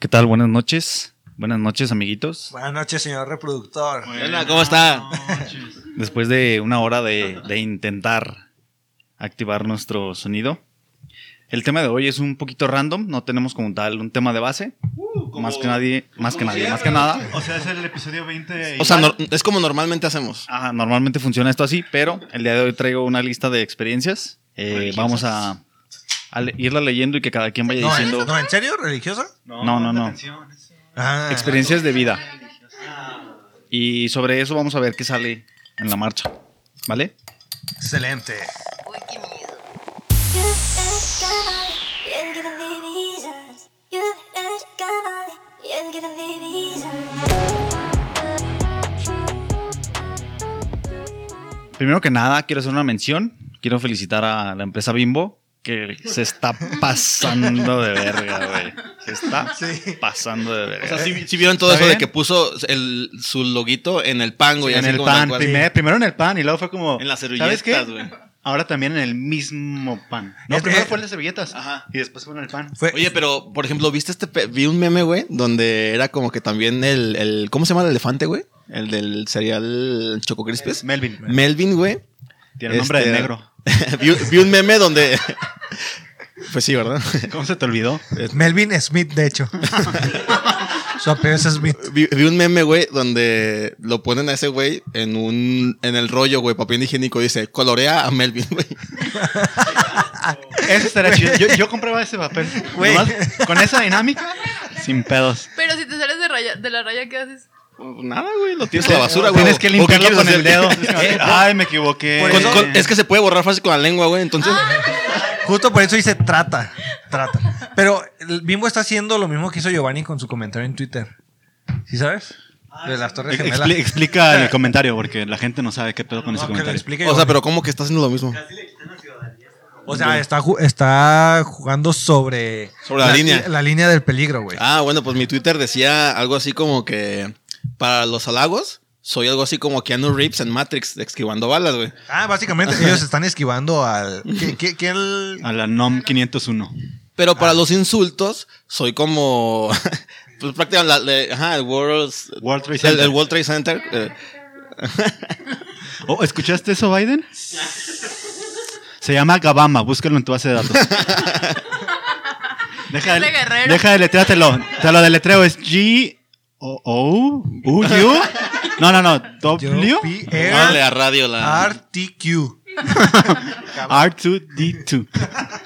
¿Qué tal? Buenas noches. Buenas noches, amiguitos. Buenas noches, señor reproductor. Hola, ¿cómo está? Después de una hora de, de intentar activar nuestro sonido, el tema de hoy es un poquito random. No tenemos como tal un tema de base. como- más que nadie, más que como nadie, siempre, más que nada. O sea, es el episodio 20. O sea, nor- Eh, es como normalmente hacemos. Ajá, normalmente funciona esto así, pero el día de hoy traigo una lista de experiencias. Eh, Religiosas. vamos a, a le- irla leyendo y que cada quien vaya No, ¿en, diciendo no, ¿en serio? ¿Religiosa? no, no, no. Ah, experiencias de vida. Y sobre eso vamos a ver qué sale en la marcha. ¿Vale? excelente. Uy, qué miedo. You're you're giving me reasons. You're a sky, you're giving me reasons. Primero que nada, quiero hacer una mención. Quiero felicitar a la empresa Bimbo, que se está pasando de verga, güey. Se está Sí. pasando de verga. O sea, si vieron todo Eh, ¿Está eso de bien? que puso el, su loguito en el pan, güey. en así el como tal pan, cual. primer- primero en el pan y luego fue como... En las ¿sabes qué? servilletas, güey. Ahora también en el mismo pan. No, Es- primero es- fue en las servilletas Ajá. y después fue en el pan. Fue- Oye, pero, por ejemplo, ¿viste este? pe- Vi un meme, güey, donde era como que también el, el- ¿Cómo se llama el elefante, güey? El del cereal Choco Crispes. Melvin. Melvin, güey. Tiene nombre de Este- negro. vi, un- vi un meme donde... pues sí, ¿verdad? ¿Cómo se te olvidó? Melvin Smith, de hecho. Su apellido es Smith. Vi, vi un meme, güey, donde lo ponen a ese güey en un... En el rollo, güey, papel higiénico. Dice, colorea a Melvin, güey. Eso estaría chido. Yo, yo compraba ese papel. Güey. Nomás Con esa dinámica, sin pedos. Pero si te sales de, raya- de la raya, ¿qué haces? Pues Nada, güey, lo tienes a la basura, güey. Tienes que ¿O qué limpiarlo quieres con el hacer? dedo. Eh, Ay, me equivoqué. Con- con- es que se puede borrar fácil con la lengua, güey. Entonces, Ah. Justo por eso dice trata. Trata. Pero el Bimbo está haciendo lo mismo que hizo Giovanni con su comentario en Twitter. ¿Sí sabes? De las Torres Expli- Gemelas. explica en el comentario, porque la gente no sabe qué pedo con No, ese que lo comentario. explique o sea, Giovanni. pero ¿cómo que está haciendo lo mismo? O sea, está, ju- está jugando sobre, Sobre la línea. La línea del peligro, güey. Ah, bueno, pues mi Twitter decía algo así como que para los halagos soy algo así como Keanu Reeves en Matrix esquivando balas, güey. Ah, básicamente ellos están esquivando al. ¿Qué, qué- qué el- A la NOM 501. Pero Ah. para los insultos soy como pues prácticamente la- la- ajá, el World World Trade el, Center. el World Trade Center eh, Oh, ¿Escuchaste eso, Biden? Se llama Gabama, búscalo en tu base de datos. Deja, Es de de- guerrero. deja de deletréatelo. Te lo deletreo, es G O O U U. No, no, no. W Yo, P, darle R, a radio la Ah, RTQ. R2D2.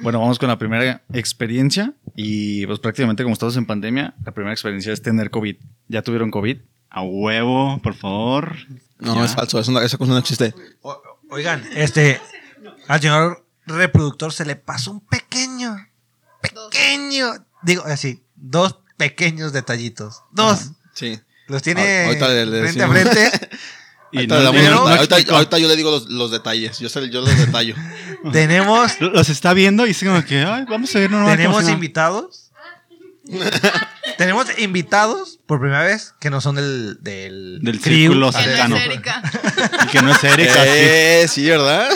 Bueno, vamos con la primera experiencia. Y pues prácticamente como estamos en pandemia, la primera experiencia es tener COVID. ¿Ya tuvieron COVID? A huevo, por favor. No, Ya. es falso, eso no- esa cosa no existe. O- Oigan, este. Al señor reproductor se le pasó un pequeño. Pequeño. Digo, así. Dos pequeños detallitos. Dos. Sí. Los tiene Ah, ahorita le- le frente a decimos. frente. Y ahorita, no- le damos- no- no ahorita- explicó. ahorita yo le digo los, los detalles, yo, se- yo los detallo. Tenemos, Lo- Los está viendo y dice como que, ay, vamos a ver normal. ¿cómo tenemos se llama? invitados. tenemos invitados por primera vez que no son del. Del, Del crew. círculo Que cercano. no es Erika. Y que no es Erika. sí. Eh, sí, ¿verdad?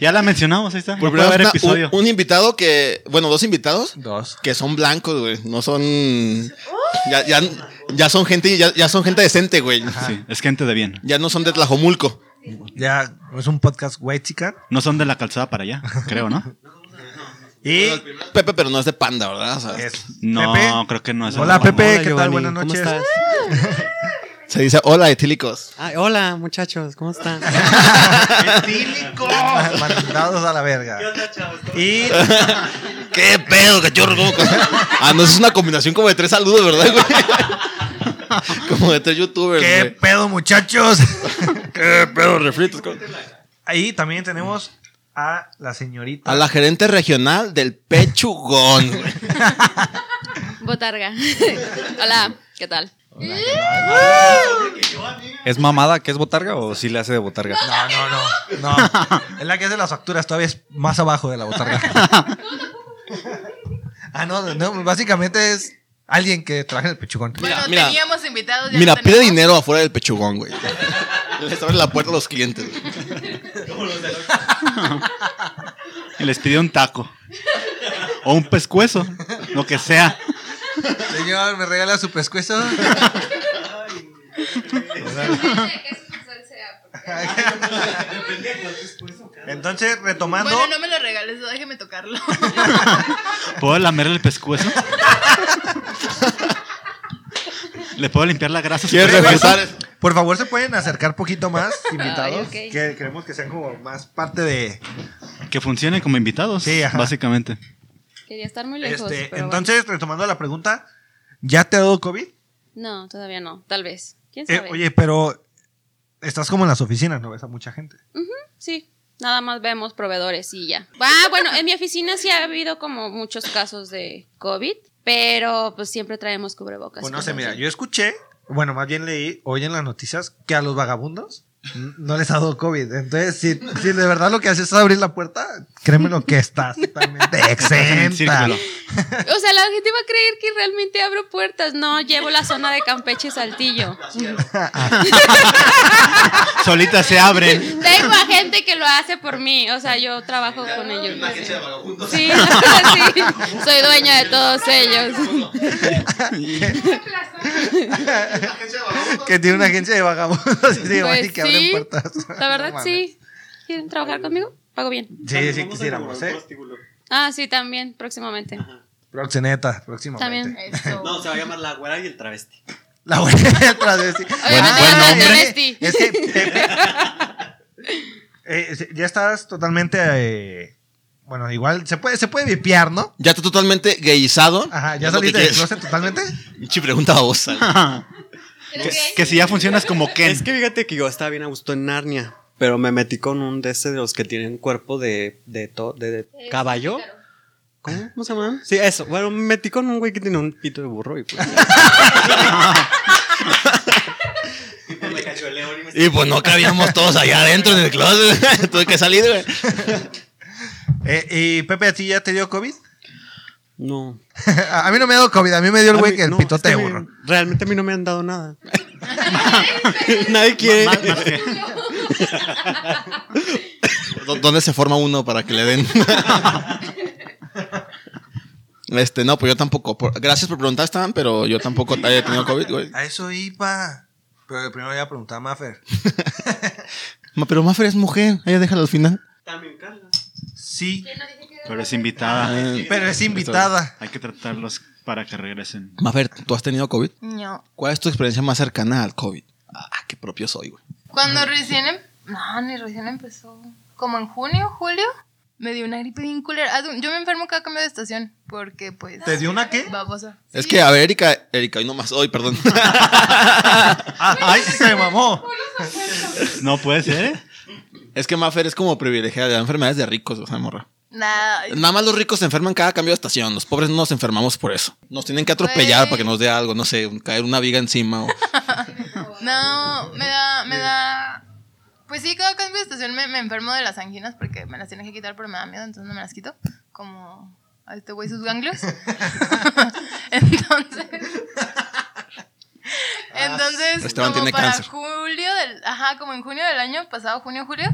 Ya la mencionamos, ahí está. Por No puede primera haber vez, una- episodio. un- un invitado que, bueno, dos invitados Dos. que son blancos, güey. No son. Ya, ya, ya son gente, ya, ya son gente decente, güey. Sí, es gente de bien. Ya no son de Tlajomulco. Ya es un podcast white chican. No son de la calzada para allá, creo, ¿no? Y Pepe, pero no es de panda, ¿verdad? O sea, es No, Pepe. creo que no es. Hola, No, Pepe, Hola, ¿qué tal? Giovanni, Buenas ¿cómo noches. estás? Se dice hola, etílicos. Ah, hola, muchachos, ¿cómo están? Ma- Mandados a la verga. Y ¿Qué pedo, cachorro? ¿Cómo con- Ah, no, eso es una combinación como de tres saludos, ¿verdad, güey? Como de tres youtubers, qué güey. pedo, muchachos. Pues, eh. ¿Qué pedo, refritos? ¿cómo? Ahí también tenemos a la señorita. A la gerente regional del Pechugón, güey. Botarga. Hola, ¿qué tal? ¿Es mamada que es botarga o sí le hace de botarga? No, no, no. No. Es la que hace las facturas, todavía es más abajo de la botarga. ah, no, no, básicamente es alguien que trabaja en el pechugón. Bueno, mira. teníamos invitados. ya Mira, no pide tenemos. dinero afuera del Pechugón, güey. Les abre la puerta a los clientes. güey. Y les pidió un taco. O un pescuezo, lo que sea. Señor, ¿me regala su pescuezo? Entonces, retomando. Bueno, no me lo regales, no, déjeme tocarlo. ¿Puedo lamerle el pescuezo? ¿Le puedo limpiar la grasa? ¿Quieres Pero- refutar? Por favor, ¿se pueden acercar poquito más, invitados? ok. Que queremos que sean como más parte de... Que funcionen como invitados, Sí, ajá. básicamente. Quería estar muy lejos. Este, pero entonces, retomando la pregunta, ¿ya te ha dado COVID? bueno. No, todavía no. Tal vez. ¿Quién Eh, sabe? oye, pero estás como en las oficinas, no ves a mucha gente. Sí. Nada más vemos proveedores y ya. Ah, bueno, en mi oficina sí ha habido como muchos casos de COVID, pero pues siempre traemos cubrebocas. Pues no cosas sé, mira, así. yo escuché, bueno, más bien leí hoy en las noticias que a los vagabundos n- no les ha dado COVID. Entonces, si, si de verdad lo que haces es abrir la puerta, créeme lo que estás totalmente exenta. Círculo. O sea, la gente va a creer que realmente abro puertas. No, llevo la zona de Campeche y Saltillo. Solita se abren. Tengo a gente que lo hace por mí. O sea, yo trabajo con ellos. Sí, sí. Soy dueña de todos ellos. que tiene una agencia de vagabundos y, se van y que Pues abren sí, puertas. La No verdad, mames. sí. ¿Quieren trabajar conmigo? Pago bien. Sí, sí, quisiéramos, ¿eh? Ah, sí, también, próximamente. Proxeneta, próximamente. También. Eso. No, se va a llamar la güera y el travesti. La abuela travesti. Obviamente Buen- buen nombre. Es que- Es que Pepe- Eh, se- ya estás totalmente. eh, bueno, igual se puede, se puede vipiar, ¿no? Ya está totalmente gayizado. Ajá, ya Es lo que saliste del quieres. closet totalmente. Pinche pregunta babosa. Que, que si ya funcionas como Ken. Es que fíjate que yo estaba bien a gusto en Narnia, pero me metí con un de ese de los que tienen cuerpo de, de, to- de, de caballo. ¿Cómo? ¿Cómo se llama? Sí, eso. Bueno, me metí con un güey que tiene un pito de burro y pues. Y pues no cabíamos todos allá adentro en el closet. Tuve que salir, güey. Eh, y Pepe, ¿a ti ya te dio COVID? No. a mí no me ha dado COVID, a mí me dio el A güey mí- que el no, pitote es de que a mí- burro. Realmente a mí no me han dado nada. Nadie quiere. ¿Dó- ¿Dónde se forma uno para que le den? Este, no, pues yo tampoco. Por- gracias por preguntar, Stan, pero yo tampoco he tenido COVID, güey. A eso iba. Pero primero voy a preguntar a Maffer. Ma- Pero Maffer es mujer, ella déjala al final. También Carla. Sí, Pero es invitada. Eh, pero es invitada. Hay que tratarlos para que regresen. Maffer, ¿tú has tenido COVID? No. ¿Cuál es tu experiencia más cercana al COVID? Ah, qué propio soy, güey. Cuando recién. em- No, ni recién empezó. Como en junio, julio, me dio una gripe bien culera. Ah, Yo me enfermo cada cambio de estación porque, pues. ¿Te dio una qué? Babosa. Es que, a ver, Erika, Erika, hoy nomás, hoy, perdón. Ah, ¡Ay, se mamó! No puede ser. ¿eh? es que Maffer es como privilegiada, de enfermedades de ricos, o sea, morra. Nah, Nada más los ricos se enferman cada cambio de estación, los pobres no nos enfermamos por eso. Nos tienen que atropellar Güey. para que nos dé algo, no sé, un- caer una viga encima. o- No, me da, me da. Pues sí, cada cambio de estación me, me enfermo de las anginas porque me las tienen que quitar, pero me da miedo, entonces no me las quito. Como a este güey sus ganglios. entonces. entonces, Esteban como este tiene para cáncer. julio del. Ajá, como en junio del año pasado, junio, julio.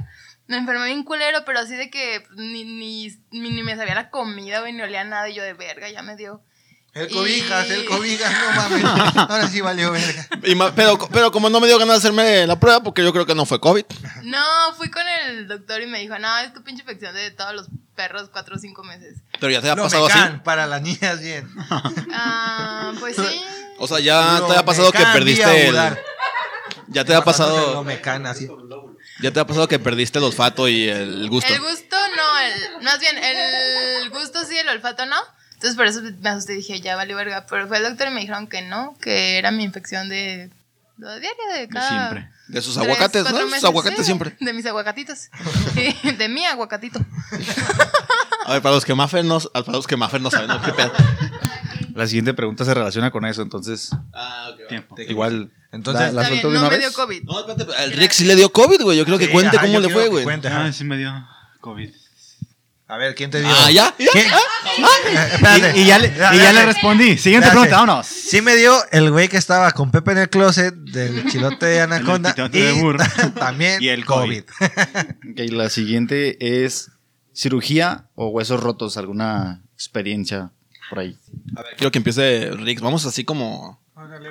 Me enfermé bien culero, pero así de que ni, ni, ni, ni me sabía la comida, güey, ni olía nada. Y yo de verga, ya me dio. El Y- cobijas, el cobijas, no mames. Ahora sí valió verga. Y ma- pero, pero como no me dio ganas de hacerme la prueba, porque yo creo que no fue COVID. No, fui con el doctor y me dijo, no, es tu pinche infección de todos los perros cuatro o cinco meses. Pero ya te ha Lo pasado así. mecan, para las niñas bien. Ah, pues sí. O sea, ya Lo Ah, te ha pasado que mecan, vía perdiste el, vulgar. Ya te ha Lo pasado. mecan, así. Ya te ha pasado que perdiste el olfato y el gusto. El gusto no, el, más bien, el gusto sí, el olfato no. Entonces por eso me asusté y dije, ya valió verga. Pero fue el doctor y me dijeron que no, que era mi infección de... lo diario de De Ah. cada... siempre. De sus tres, aguacates, cuatro ¿no? Sus meses, aguacates sí, siempre. De mis aguacatitos. Sí, de mi aguacatito. A ver, para los que Maffer no, para los que Maffer no saben, ¿no? ¿Qué pedo? La siguiente pregunta se relaciona con eso, entonces. Tiempo. Igual. Entonces, la, la Está suelto bien, de no una me vez. dio COVID. Ah, No, espérate, pero el Rick sí le dio COVID, güey. Yo creo que Sí, cuente ajá, cómo yo le quiero fue, que güey. cuente, ajá. Ah, sí me dio COVID. A ver, ¿quién te dio? Ah, ya. ¿Ya? ¿Quién? Eh, espérate. Y, y ya le, y ya le Espérate. respondí. Siguiente Espérate. pregunta, vámonos. Sí me dio el güey que estaba con Pepe en el closet del chilote de Anaconda. pitote de burro. Y también Y el COVID. Ok, la siguiente es cirugía o huesos rotos. ¿Alguna experiencia por ahí. A ver, quiero que empiece Rix. Vamos así como.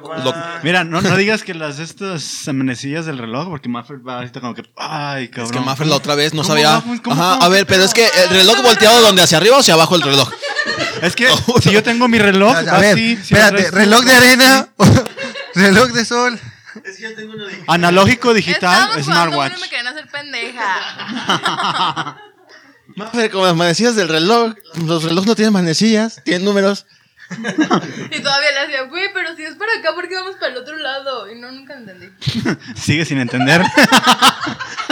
Lo- Mira, no, no digas que las estas manecillas del reloj, porque Maffer va ahorita como que. Ay, Es cabrón. que Maffer la otra vez no ¿Cómo sabía. va? ¿Cómo- cómo- Ajá, cómo- a ver, pero es que el reloj volteado donde hacia arriba o hacia abajo el reloj. Es que si yo tengo mi reloj, A, a va ver, así, si espérate, atrás- reloj de arena, reloj de sol. Analógico digital, Estábamos jugando uno y smartwatch. me querían hacer pendeja. Maffer, como las manecillas del reloj. Los relojes no tienen manecillas, tienen números. Y todavía le hacía, güey, pero si es para acá, ¿por qué vamos para el otro lado? Y no, nunca entendí. Sigue sin entender.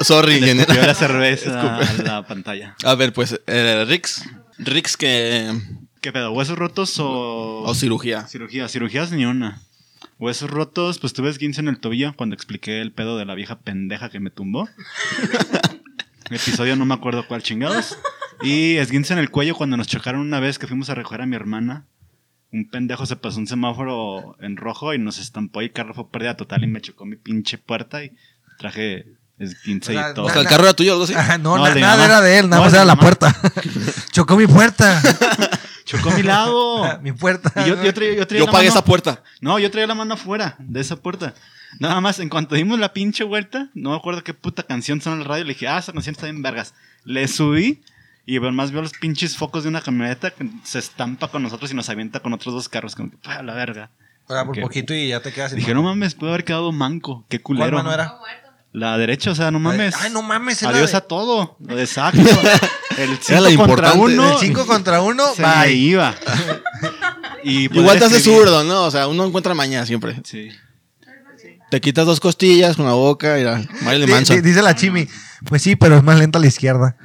Sorry, Le Jenner. escupió la cerveza a la pantalla. A ver, pues, eh, Rix. Rix que. ¿Qué pedo? ¿Huesos rotos o.? O cirugía. Cirugía, cirugías ni una. Huesos rotos, pues tuve 15 en el tobillo cuando expliqué el pedo de la vieja pendeja que me tumbó. Episodio no me acuerdo cuál chingados. Y esguince en el cuello cuando nos chocaron una vez que fuimos a recoger a mi hermana. Un pendejo se pasó un semáforo en rojo y nos estampó y el carro fue pérdida total y me chocó mi pinche puerta y traje esguince O sea, y todo. O sea, el carro era tuyo, algo así. Ajá, Ah, no, No, na- el de mi nada mamá. era de él, nada No, más el de era mi la mamá. puerta. Chocó mi puerta, Chocó mi lado. mi puerta. Y yo, yo traía- yo traía Yo la pagué mano- esa puerta. No, yo traía la mano afuera de esa puerta. Nada más, en cuanto dimos la pinche vuelta, no me acuerdo qué puta canción sonó en la radio, le dije, ah, esa canción está bien vergas. Le subí y más veo los pinches focos de una camioneta que se estampa con nosotros y nos avienta con otros dos carros, como que, "Pa, la verga. Ah, por Ok. poquito y ya te quedas. sin Dije, mano. no mames, puedo haber quedado manco, qué culero. ¿Cuál mano era? La derecha, o sea, no mames. Ay, no mames. era Adiós de- a todo. Exacto. El 5 Era la contra importante. uno. El 5 contra 1, se me bye. iba. Y poder Igual te haces escribir. zurdo, ¿no? O sea, uno encuentra mañana siempre. Sí. Te quitas dos costillas con la boca y la Di- di- Marilyn Manson. dice la Chimi. Pues sí, pero es más lenta a la izquierda.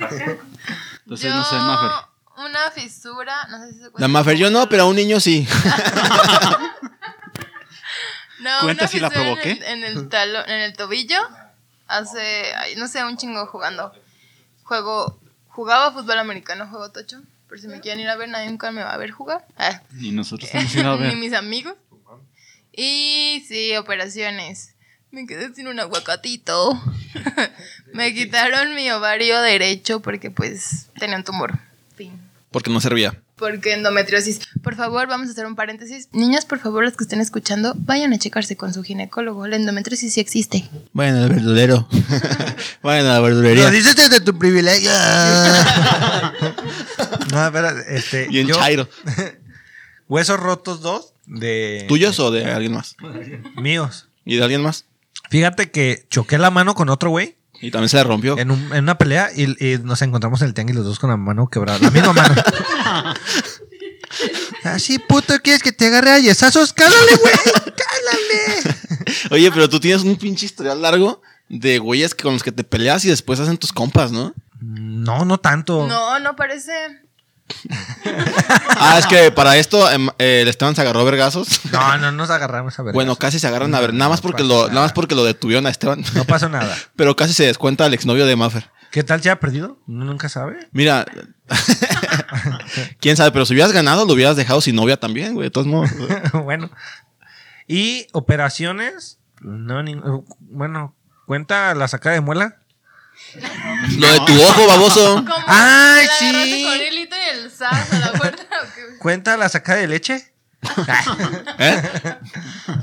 Entonces, yo, no sé, Maffer. Una fisura, no sé si se cuenta. La Maffer, yo no, pero a un niño sí. No, Cuenta una si la fisura provoqué. En el, en el talo- en el tobillo, hace, ay, no sé, un chingo jugando. Juego, jugaba fútbol americano, juego tocho. Por si me quieren ir a ver, nadie nunca me va a ver jugar. Ah, Y nosotros hemos ido a ver. Ni mis amigos. Y sí, operaciones. Me quedé sin un aguacatito. me quitaron mi ovario derecho porque pues tenía un tumor. Fin. Porque no servía. Porque endometriosis. Por favor, vamos a hacer un paréntesis. Niñas, por favor, los que estén escuchando, vayan a checarse con su ginecólogo. La endometriosis sí existe. Bueno, el verdulero. bueno, la Lo verdulería. dices desde este tu privilegio. no, espera, este. Y en yo- Chairo. Huesos rotos dos de. ¿Tuyos o de alguien más? Míos. ¿Y de alguien más? Fíjate que choqué la mano con otro güey Y también se le rompió. en, un- en una pelea y, y nos encontramos en el tianguis los dos con la mano quebrada. La misma mano. Así, puto, ¿quieres que te agarre a yesazos? ¡Cálale, güey! ¡Cálale! Oye, pero tú tienes un pinche historial largo de güeyes que- con los que te peleas y después hacen tus compas, ¿no? No, no tanto. No, no parece. Ah, es que para esto em, eh, el Esteban se agarró a vergazos. No, no nos agarramos a ver. Bueno, casi se agarran a ver, nada más porque pasa lo, nada. nada más porque lo detuvieron a Esteban. No pasa nada. Pero casi se descuenta el exnovio de Maffer. ¿Qué tal se ha perdido? Uno nunca sabe. Mira, quién sabe, pero si hubieras ganado, lo hubieras dejado sin novia también, güey. De todos modos. bueno. Y operaciones. No, ni- bueno, cuenta la sacada de muela. Lo de tu ojo, baboso. Como ¡Ay, que la agarraste sí! con el hito y el sas a la puerta. ¿o qué? ¿Cuenta la sacada de leche? ¿Eh?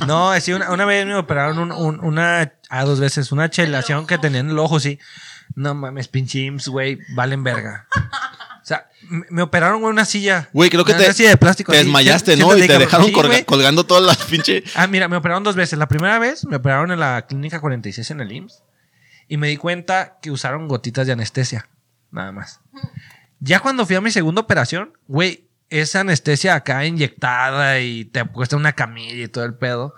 No, sí, una, una vez me operaron un- un- una, a dos veces, una chelación que tenía en el ojo, sí. No mames, pinche IMSS, güey, valen verga. O sea, me, me operaron, güey, una silla. Güey, creo que Una- te, una silla de plástico. te así. desmayaste, Siéntate ¿no? ahí, Y te cabrón. dejaron Sí, colga- güey. colgando todas las pinche. Ah, mira, me operaron dos veces. La primera vez me operaron en la clínica 46 en el IMSS y me di cuenta que usaron gotitas de anestesia, nada más. Ya cuando fui a mi segunda operación, güey, esa anestesia acá inyectada y te cuesta una camilla y todo el pedo.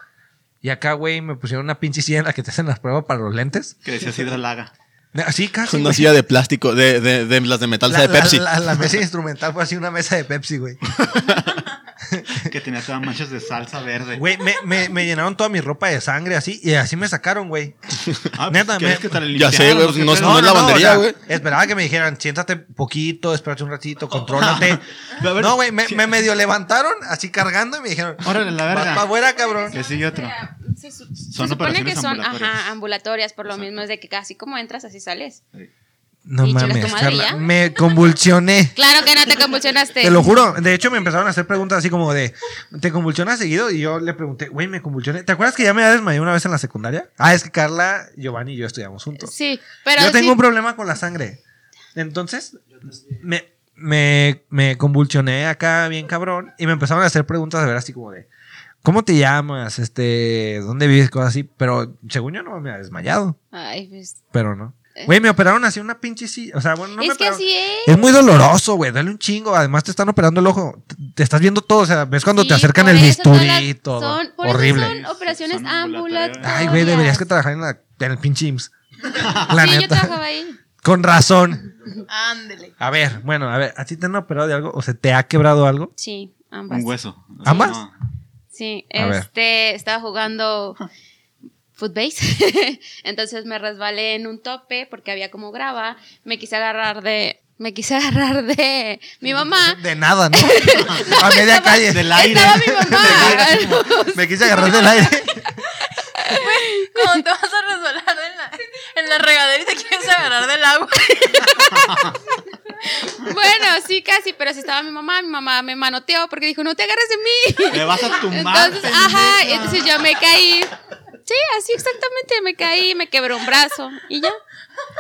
Y acá, güey, me pusieron una pinche silla en la que te hacen las pruebas para los lentes. Que decía Sidra Laga. Así casi. Una güey. silla de plástico, de, de, de las de metal, o sea, de Pepsi. La, la mesa instrumental fue así una mesa de Pepsi, güey. que tenía todas manchas de salsa verde. Güey, me, me- me llenaron toda mi ropa de sangre así y así me sacaron, güey. Ah, pues, neta, ¿quieres me- que te la Ya sé, limpiaron? güey, ¿Qué no- pedo? no- es o lavandería, sea, güey. esperaba que me dijeran, siéntate poquito, espérate un ratito, contrólate. A ver, no, güey, me, me medio levantaron así cargando y me dijeron, Órale, la vas verga. para afuera, cabrón. Que sigue otro. Mira, Eh, Se, su- se Son supone que operaciones son ambulatorias. ajá, ambulatorias, por lo mismo es de que casi como entras, así sales. No Y chingas mames, tu madre, Carla, ¿ya? me convulsioné. Claro que no te convulsionaste. Te lo juro. De hecho, me empezaron a hacer preguntas así como de, ¿te convulsionas seguido? Y yo le pregunté, güey, me convulsioné. ¿Te acuerdas que ya me había desmayado una vez en la secundaria? Ah, es que Carla, Giovanni y yo estudiamos juntos. Sí, pero yo tengo sí- un problema con la sangre. Entonces, me, me, me convulsioné acá bien cabrón y me empezaron a hacer preguntas a ver así como de, ¿cómo te llamas? Este, ¿Dónde vives? Cosas así. Pero según yo no me había desmayado, Ay, pues, pero no. Güey, me operaron así una pinche... si- O sea, bueno, no me es que operaron- así es. es muy doloroso, güey. Dale un chingo. Además, te están operando el ojo. Te- Te estás viendo todo. O sea, ves cuando Sí, te acercan por el eso todas las- bisturí y todo. son- por eso Horrible. son operaciones Son ambulatorias. ambulatorias. Ay, güey, deberías que trabajar en, la- en el pinche IMSS. La Sí, yo neta. trabajaba ahí. Con razón. Ándele. A ver, bueno, a ver. ¿A ti te han operado de algo o se te ha quebrado algo? Sí, ambas. Un hueso. ¿Ambas? No. Sí, A ver. este, estaba jugando footbase, entonces me resbalé en un tope porque había como grava, me quise agarrar de, me quise agarrar de mi mamá. De nada, ¿no? a media calle. Del aire. Estaba mi mamá. Me quise agarrar del aire. Cuando te vas a resbalar en la, en la regadera y te quieres agarrar del agua. bueno, sí, casi, pero sí estaba mi mamá, mi mamá me manoteó porque dijo, no te agarres de mí. Me vas a tumbar. Entonces, ajá, entonces yo me caí. Sí, así exactamente, me caí, me quebró un brazo y ya.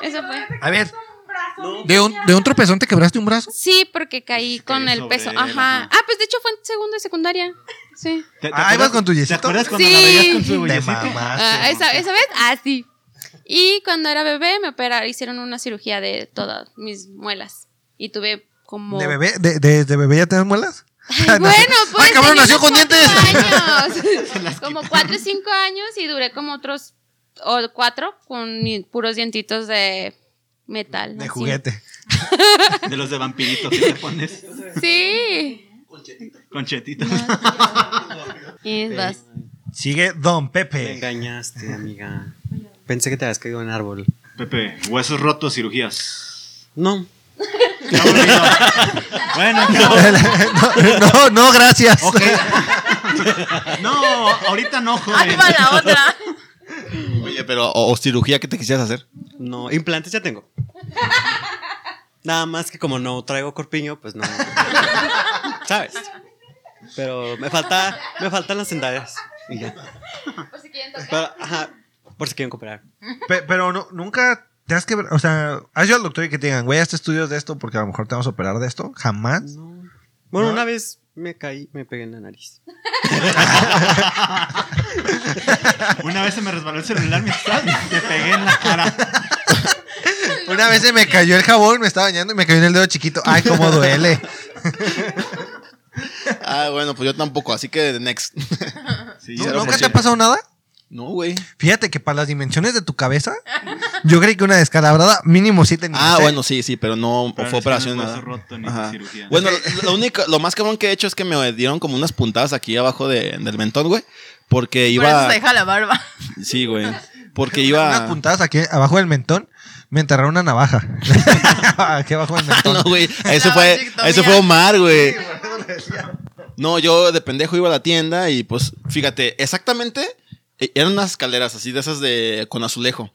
Eso fue. A ver. ¿De un, ¿De un tropezón te quebraste un brazo? Sí, porque caí con el sobre peso. él, Ajá. ajá. Ah, pues de hecho fue en segundo de secundaria. Sí. ¿Te- te Ah, acuerdas- ibas con tu yesito. ¿Te acuerdas cuando Sí. la veías con Te su yesito? mamaste. Ah, esa, esa vez, así. Y cuando era bebé, me operaron, hicieron una cirugía de todas mis muelas. Y tuve como. ¿De bebé? ¿De, de, de bebé ya tienes muelas? Ay, bueno, pues. ¡Ay, cabrón, tenía nació unos con dientes! cuatro años. como cuatro o cinco años y duré como otros o cuatro con mi- puros dientitos de metal. De así. juguete. De los de vampirito que te pones Sí. con chetitos. Y vas. Sigue Don Me Pepe. engañaste, amiga. Pensé que te habías caído en árbol. Pepe, huesos rotos, cirugías. No. Qué aburrido. bueno, qué aburrido. no, no, gracias. no, ahorita no, Ahí joven. va la otra. Oye, pero, o, o cirugía que te quisieras hacer. No, implantes ya tengo. Nada más que como no traigo corpiño, pues no. ¿Sabes? Pero me falta, me faltan las sandalias. Y ya. Por si quieren tocar. Pero, ajá, por si quieren cooperar. Pe- pero no, nunca te has quebrado. O sea, has ido al doctor y que te digan, güey, hazte estudios de esto porque a lo mejor te vamos a operar de esto. Jamás. No. Bueno, una vez me caí, me pegué en la nariz. Una vez se me resbaló el celular, mi y te pegué en la cara. Una vez se me cayó el jabón, me estaba bañando y me cayó en el dedo chiquito. Ay, cómo duele. Ah, bueno, pues yo tampoco, así que next. Sí, ¿Nu- era ¿Nunca te posible. ha pasado nada? No, güey. Fíjate que para las dimensiones de tu cabeza, yo creí que una descalabrada mínimo sí tenía. Ah, Sí. bueno, sí, sí, pero no Pero fue es que no es operación. hueso nada. roto ni Ajá. cirugía. Bueno, lo, lo único, lo más cabrón que he hecho es que me dieron como unas puntadas aquí abajo de- del mentón, güey. Porque Por eso iba. se deja la barba. Sí, güey. Porque Unas iba. puntadas aquí abajo del mentón, me enterraron una navaja. aquí abajo del mentón. Ah, No, güey. Eso La fue, vasectomía. eso fue Omar, güey. No, yo de pendejo iba a la tienda y pues, fíjate, exactamente eh, eran unas escaleras así de esas de con azulejo.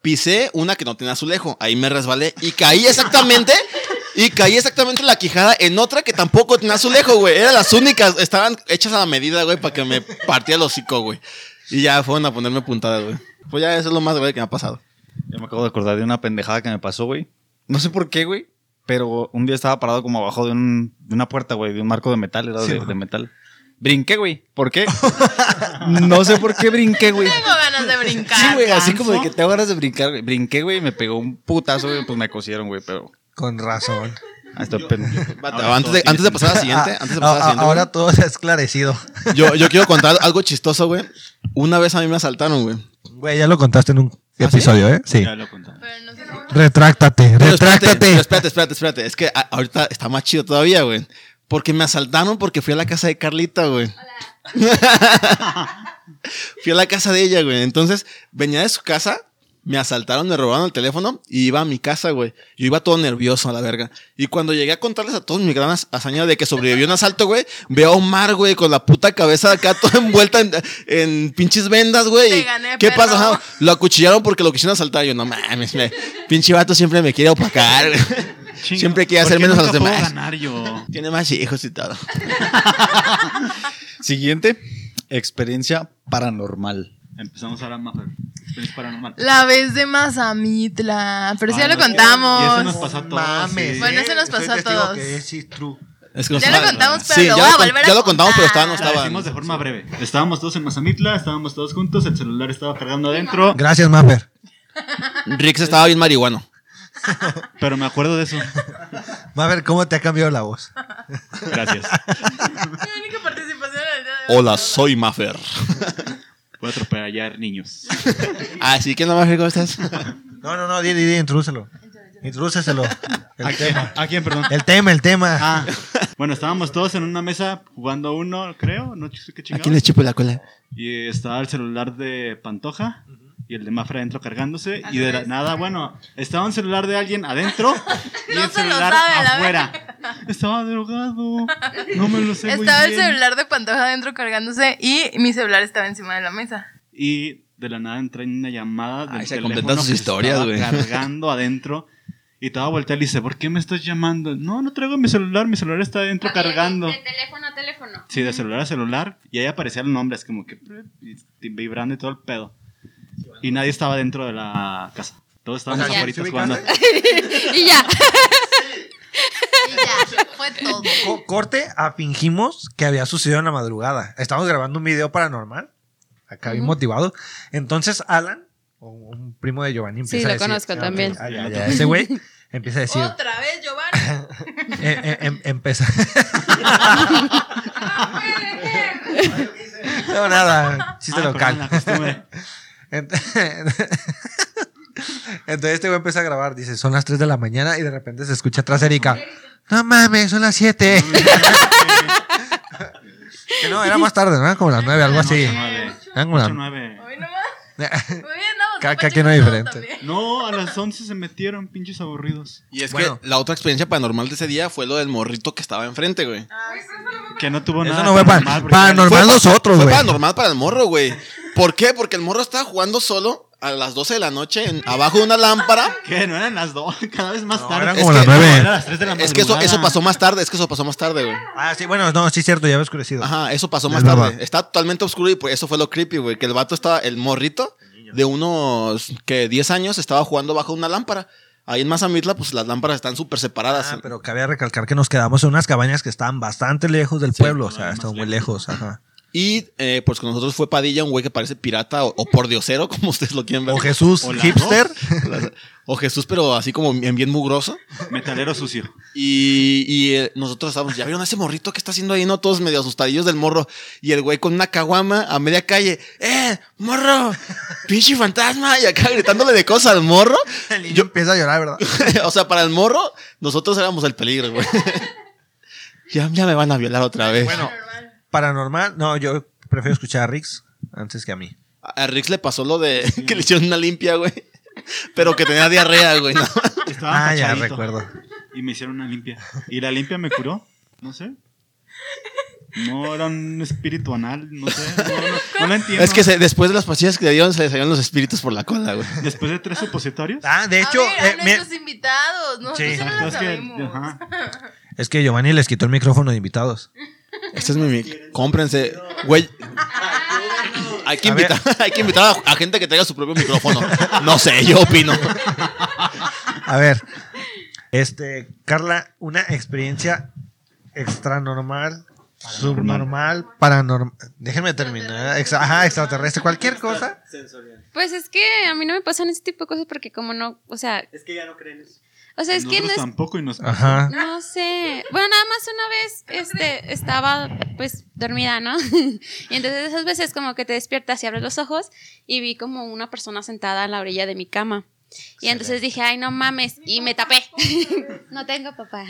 Pisé una que no tenía azulejo, ahí me resbalé y caí exactamente y caí exactamente la quijada en otra que tampoco tenía azulejo, güey. Eran las únicas, estaban hechas a la medida, güey, para que me partía el hocico, güey. Y ya fueron a ponerme puntadas, güey. Pues ya eso es lo más grave que me ha pasado. Yo me acabo de acordar de una pendejada que me pasó, güey. No sé por qué, güey. Pero un día estaba parado como abajo de, un- de una puerta, güey, de un marco de metal, era de, de metal. Brinqué, güey. ¿Por qué? no sé por qué brinqué, güey. Tengo ganas de brincar. Sí, güey, así ¿Canso? como de que te ganas de brincar, güey. Brinqué, güey, y me pegó un putazo, güey, pues me cosieron, güey, pero. ah, Con razón. Hasta pendejo. Vato, Ahora antes, todo de, tiene antes de pasar a la siguiente, Ah, antes de pasar a la a- siguiente, ahora todo se ha esclarecido. güey, yo, yo quiero contar algo chistoso, güey. Una vez a mí me asaltaron, güey. Güey, ya lo contaste en ¿Ah, un episodio, ¿eh? Sí. Ya lo contamos. Pero no sé cómo. Retráctate, Pero espérate, retráctate. pero espérate, espérate, espérate. Es que a- ahorita está más chido todavía, güey. Porque me asaltaron porque fui a la casa de Carlita, güey. fui a la casa de ella, güey. Entonces, venía de su casa, me asaltaron, me robaron el teléfono y iba a mi casa, güey. Yo iba todo nervioso a la verga. Y cuando llegué a contarles a todos mi gran as- hazaña de que sobrevivió un asalto, güey, veo a Omar, güey, con la puta cabeza acá toda envuelta en, en pinches vendas, güey. Te Y, gané, ¿Qué perro. pasa? Ajá, Lo acuchillaron porque lo quisieron asaltar. Yo, no mames, me- pinche vato siempre me quiere opacar, güey. Chinga, Siempre quiere ¿por hacer qué menos a los nunca puedo demás. ganar yo. Tiene más hijos y todo. Siguiente, experiencia paranormal. Empezamos ahora más. Experiencia paranormal. La vez de Mazamitla. Pero sí ya Ah, lo no, contamos. Y eso nos pasó a todos. sí. Bueno, eso nos Soy pasó a testigo todos. que es, sí, true. Es que no Ya estaba- lo contamos, pero Sí, lo ya voy a con- volver a Ya lo contamos, pero estaba, no contar. La estaba. decimos de forma breve. Estábamos todos en Mazamitla, estábamos todos juntos, el celular estaba cargando adentro, Gracias, Mapper. Rix estaba bien marihuano. pero me acuerdo de eso. Mapper, ¿cómo te ha cambiado la voz? Gracias. Mi única participación en el día de hoy. Hola, soy Maffer. Voy a atropellar niños. Así que no, Maffer, ¿cómo estás? No, no, no, di, di, di, intrúselo. Intrúseselo. El tema. ¿A quién, perdón? El tema, el tema. Ah, bueno, estábamos todos en una mesa jugando uno, creo, no sé qué ¿A chingados. quién le chupo la cola? Y estaba el celular de Pantoja y el de Mafra adentro cargándose. Ah, Y de la nada, bueno, estaba un celular de alguien adentro y No el se lo celular sabe, la afuera. Estaba drogado. No me lo sé. muy Estaba el bien. celular de Pantoja adentro cargándose y mi celular estaba encima de la mesa. Y de la nada entra una llamada del Ay, se teléfono completan sus que se historias, estaba güey. cargando adentro. Y te va a voltear y le dice, ¿por qué me estás llamando? No, no traigo mi celular, mi celular está adentro cargando. Ah, De teléfono a teléfono. Sí, de celular a celular. Y ahí aparecía el nombre, es como que y- y vibrando y todo el pedo. Y nadie estaba dentro de la casa. Todos estábamos O sea, afuera ¿sí ubicaste? jugando. Y ya. Y ya, fue todo. Co- corte a fingimos que había sucedido en la madrugada. Estamos grabando un video paranormal. Acá bien motivado. Entonces, Alan, o un primo de Giovanni, Sí, empieza a lo decir, conozco "Ah, ok, también". ah, ya, ya, Ese güey empieza a decir. Otra vez, Giovanni. eh, eh, em- empieza. Ah, no, nada. Chiste Ah, perdón, la local. costumbre. Ent- Entonces este güey empieza a grabar, dice, son las 3 de la mañana y de repente se escucha atrás Erika. No mames, son las 7. que no, era más tarde, ¿no? Eran Como las 9, algo así. Nueve. Eran como Ocho, las- nueve. Hoy nomás. Hoy andamos Cada- de cada quien es pacheco diferente. Pues también. No, a las 11 se metieron, pinches aburridos. Y es Bueno. que la otra experiencia paranormal de ese día fue lo del morrito que estaba enfrente, güey. Ah, Que no tuvo nada. Eso no fue pan- paranormal, porque- paranormal pa- nosotros, Fue güey. paranormal para el morro, güey. ¿Por qué? Porque el morro estaba jugando solo a las 12 de la noche en- abajo de una lámpara. Que no eran las dos, cada vez más No, tarde. eran Es como que- las Era 9. las 3 de la Es que eso, madrugada. eso pasó más tarde, es que eso pasó más tarde, güey. Ah, sí, bueno, no, sí es cierto, ya había oscurecido. Ajá, eso pasó Es más tarde. verdad. Está totalmente oscuro y por eso fue lo creepy, güey. Que el vato estaba, el morrito de unos que 10 años estaba jugando bajo una lámpara. Ahí en Mazamitla, pues las lámparas están súper separadas. Ah, pero cabía recalcar que nos quedamos en unas cabañas que estaban bastante lejos del pueblo, o sea, estaban muy lejos, ajá. Y eh, pues con nosotros fue Padilla, un güey que parece pirata o, o pordiosero, como ustedes lo quieren ver. O Jesús, O las hipster. O Jesús, pero así como en bien mugroso. Metalero sucio. Y, y, eh, nosotros estábamos, ya vieron a ese morrito que está haciendo ahí, ¿no? Todos medio asustadillos del morro. Y el güey con una caguama a media calle, ¡eh, morro! ¡Pinche fantasma! Y acá gritándole de cosas al morro. El niño empieza a llorar, ¿verdad? o sea, para el morro, nosotros éramos el peligro, güey. ya, ya me van a violar otra vez. Bueno, paranormal, no, yo prefiero escuchar a Rix antes que a mí. A a Rix le pasó lo de que le hicieron una limpia, güey. Pero que tenía diarrea, güey. ¿no? Estaba ah, ya cachadito. recuerdo. Y me hicieron una limpia. Y la limpia me curó. No sé. No era un espíritu anal, no sé. No, no, no la entiendo. Es que se- después de las pastillas que le dieron, se le salieron los espíritus por la cola, güey. Después de tres supositorios. Ah, de hecho, a eh, ver, a mira, nuestros invitados. No, Sí. sí. no lo Es que- sabemos. ajá. es que Giovanni les quitó el micrófono de invitados. Este es mi mic. Cómprense. Güey. Hay que, invitar, hay que invitar a, a gente que traiga su propio micrófono. No sé, yo opino. A ver, este, Carla, una experiencia extra normal, subnormal, paranormal. Déjenme terminar. Extra- ajá, extraterrestre, cualquier cosa. Sensorial. Pues es que a mí no me pasan ese tipo de cosas porque como no, o sea, Es que ya no creen eso. o sea, es que Nosotros no es tampoco y nos Ajá. No sé. Bueno, nada más una vez este, estaba pues dormida, ¿no? y entonces esas veces como que te despiertas y abres los ojos y vi como una persona sentada a la orilla de mi cama. Y entonces dije, ay, no mames. Y me tapé. no tengo papá.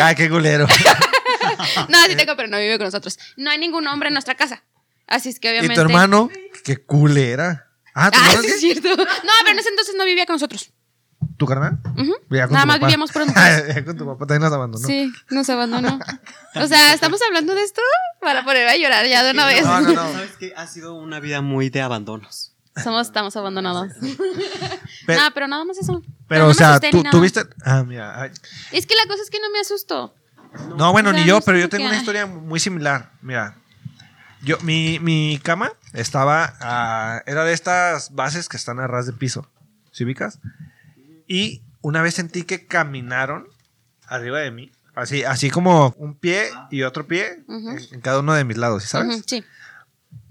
Ah, qué culero. no, sí tengo, pero no vive con nosotros. No hay ningún hombre en nuestra casa. Así es que ¿Y obviamente. tu hermano? Qué culera. Ah, ¿tu Ah, hermano sí, qué? es cierto. No, pero en ese entonces no vivía con nosotros. ¿Tu carnal? Ujú. Vivía con Nada tu más papá. vivíamos por nosotros. Vivía con tu papá, también nos abandonó. Sí, nos abandonó. O sea, estamos hablando de esto para poner a llorar ya de una vez. No, no, no. ¿Sabes qué? Ha sido una vida muy de abandonos. Somos, estamos abandonados. Pero- no, pero nada más eso. Pero, no o me sea, asusté ni tú nada. tuviste. Ah, mira. ay. Es que la cosa es que no me asustó. No, bueno, o sea, ni no yo, sé pero yo por tengo qué. una historia muy similar. Mira, yo, mi, mi cama estaba, a- era de estas bases que están a ras de piso, ¿sí ubicas? Y una vez sentí que caminaron arriba de mí, así, así como un pie y otro pie Ujú. en- en cada uno de mis lados, ¿sí ¿sabes? Ujú, sí.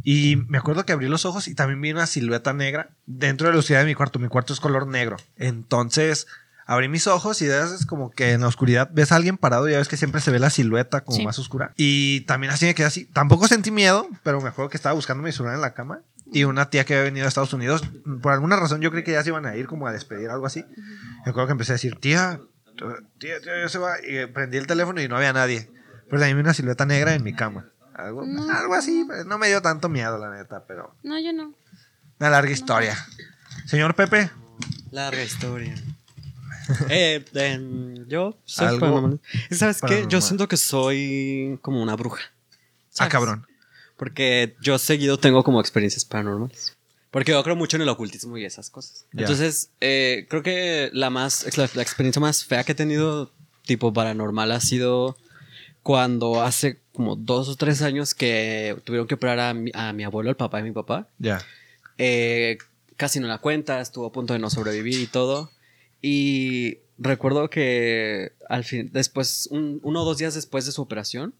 Y me acuerdo que abrí los ojos y también vi una silueta negra dentro de la oscuridad de mi cuarto. Mi cuarto es color negro. Entonces abrí mis ojos y de esas es como que en la oscuridad ves a alguien parado y ya ves que siempre se ve la silueta como Sí. más oscura. Y también así me quedé así. Tampoco sentí miedo, pero me acuerdo que estaba buscando mi celular en la cama y una tía que había venido a Estados Unidos, por alguna razón yo creí que ya se iban a ir como a despedir algo así. Me acuerdo que empecé a decir, tía, tía, tía, ya se va. Y eh, prendí el teléfono y no había nadie. Pero también vi una silueta negra en mi cama. Algo, No. algo así, pues, no me dio tanto miedo, la neta, pero No, yo no. una larga historia. Señor Pepe, Ah, Larga historia. Eh, em, yo soy Algo paranormal. ¿Sabes qué? Yo paranormal. siento que soy como una bruja. ah, ¿sabes? cabrón. Porque yo seguido tengo como experiencias paranormales. Porque yo creo mucho en el ocultismo y esas cosas. Ya. Entonces, eh, creo que la, más, la, la experiencia más fea que he tenido tipo paranormal ha sido cuando hace como dos o tres años que tuvieron que operar a mi, a mi abuelo, al papá de mi papá. Ya. Eh, casi no la cuenta, estuvo a punto de no sobrevivir y todo. Y recuerdo que al fin, después, un- uno o dos días después de su operación,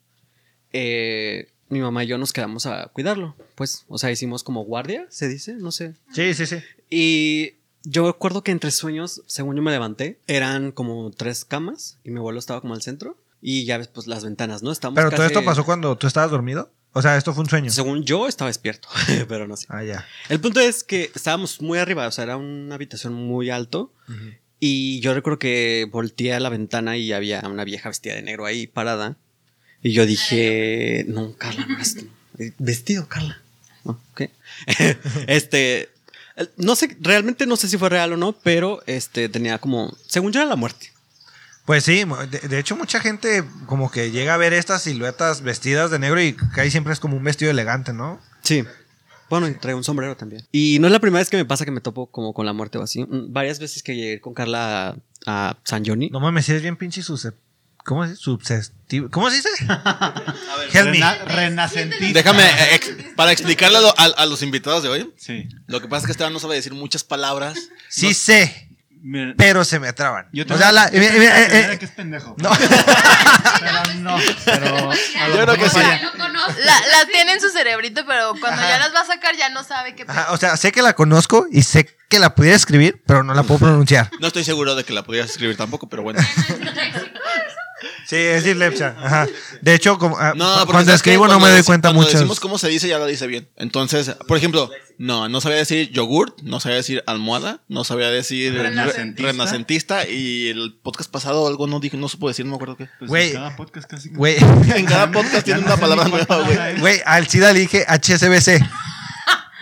eh, mi mamá y yo nos quedamos a cuidarlo. Pues, o sea, hicimos como guardia, se dice, no sé. Sí, sí, sí. Y yo recuerdo que entre sueños, según yo me levanté, eran como tres camas y mi abuelo estaba como al centro. Y ya ves, pues las ventanas, ¿no? Estamos Pero todo casi- esto pasó cuando tú estabas dormido. O sea, esto fue un sueño. Según yo, estaba despierto, pero no sé. Ah, ya. El punto es que estábamos muy arriba, o sea, era una habitación muy alto. Y yo recuerdo que volteé a la ventana y había una vieja vestida de negro ahí parada. Y yo dije, no, Carla, no es eh, vestido, Carla. No, ¿qué? este, el- no sé, realmente no sé si fue real o no, pero este tenía como, según yo era la muerte. Pues sí, mo- de, de hecho mucha gente como que llega a ver estas siluetas vestidas de negro y que ahí siempre es como un vestido elegante, ¿no? Sí. Bueno, y trae un sombrero también. Y no es la primera vez que me pasa que me topo como con la muerte o así. Mm, Varias veces que llegué con Carla a, a San Johnny. No mames, si es bien pinche susce- ¿Cómo se Subsestivo. ¿Cómo se dice? Help me. Rena- renacentista. Déjame, eh, ex- para explicarle a, lo- a- a los invitados de hoy, Sí. lo que pasa es que Esteban no sabe decir muchas palabras. Sí sé, Miren, pero se me traban. yo o sea, la- yo tengo eh, eh, la eh, teoría de eh, que es pendejo. no. Pero no, pero. a lo Yo creo mejor que sí. Ya lo conozco. La- las tiene en su cerebrito, pero cuando ya las va a sacar ya no sabe qué Ajá, o sea, sé que la conozco y sé que la pudiera escribir, pero no la puedo pronunciar. No estoy seguro de que la pudieras escribir tampoco, pero bueno. Sí, es dislexia. Ajá. De hecho, como, ah, No, porque cuando ¿sabes qué? escribo no Cuando me doy dec- cuenta cuando mucho. decimos cómo se dice, ya lo dice bien. Entonces, por ejemplo, no, no sabía decir yogurt, no sabía decir almohada, no sabía decir re- renacentista, Renacentista. y el podcast pasado algo no dije, no supo decir, no me acuerdo qué. Pues Güey. en cada podcast casi que- Güey, En cada podcast tiene Ya una no sé palabra ni cuál nueva, güey. palabra es. güey, al SIDA le dije HSBC.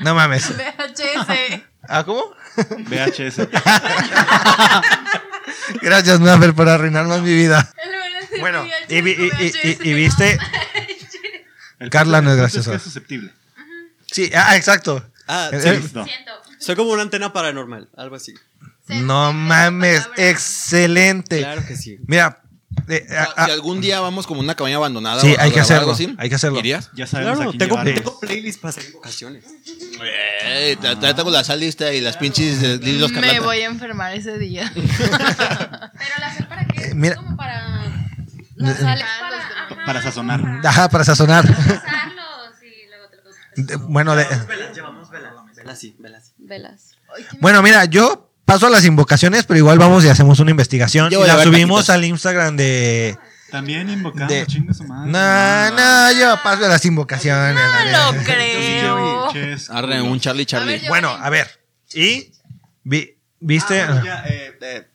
No mames. VHS. ¿Ah, cómo? VHS. Gracias, Maffer, por arruinar más mi vida. En lugar de decir Bueno, VHS, y, vi- y- y- y- VHS, y viste. El Carla no punto es que graciosa. es susceptible. Sí, ah, exacto. Ah, Eh, sí. eh, Listo. Siento. Soy como una antena paranormal, algo así. No mames, excelente. Claro que sí. Mira, eh, ah, ah, si algún día vamos como una cabaña abandonada, Sí, a hay que grabar hacerlo, algo así, hay que hacerlo. ¿Irías? Ya sabemos a claro, quién tengo, llevarnos. tengo playlist para hacer ocasiones. Eh, ya- ya tengo la sal lista y las pinches eh, lilos Me Carlota. voy a enfermar ese día. Pero la sal para qué? Eh, mira. Eh, Como para. La sal es para. ajá, Para sazonar. ajá, para sazonar. pasarlos y luego te lo De- bueno, de- Velas, llevamos velas. Velas sí, velas. Velas. bueno, mira, yo paso a las invocaciones, pero igual vamos y hacemos una investigación Yo y voy a la ver subimos taquitos. al Instagram de También invocando, De- chinga su madre. No, no, yo paso de las invocaciones. la No verdad. lo creo. Arre, un Charlie Charlie. yo- Bueno, a ver. ¿Y? Vi- ¿Viste? Ah, ah, eh,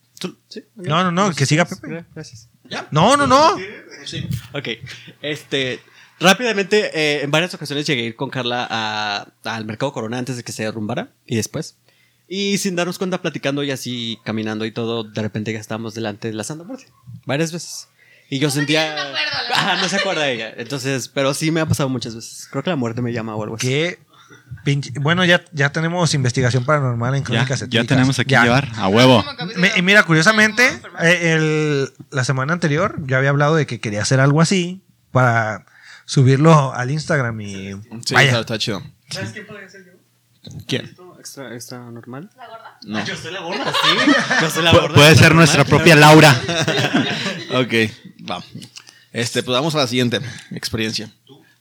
No, no, no, que siga Pepe. Gracias. No, no, no. Ok. Este. Rápidamente, eh, en varias ocasiones llegué a ir con Carla a- al mercado Corona antes de que se derrumbara y después. Y sin darnos cuenta, platicando y así caminando y todo, de repente ya estábamos delante de la Santa Muerte. Varias veces. Y yo sentía. no me acuerdo, la Ajá, no se acuerda ella. Entonces, pero sí me ha pasado muchas veces. Creo que la muerte me llama o algo así. Que pinche- Bueno, ya, ya tenemos investigación paranormal en Ya, crónicas ya Satíricas. tenemos aquí Ya. llevar a huevo. Me- y mira, curiosamente, eh, el- la semana anterior yo había hablado de que quería hacer algo así para subirlo al Instagram y Sí, vaya, está, está chido. ¿Sabes quién podría ser yo? ¿Quién? Extra, extra normal. No. Yo soy la gorda, sí. Yo soy la Pu- gorda. puede extra ser nuestra normal. propia Laura. ok, va. Este, pues vamos a la siguiente experiencia.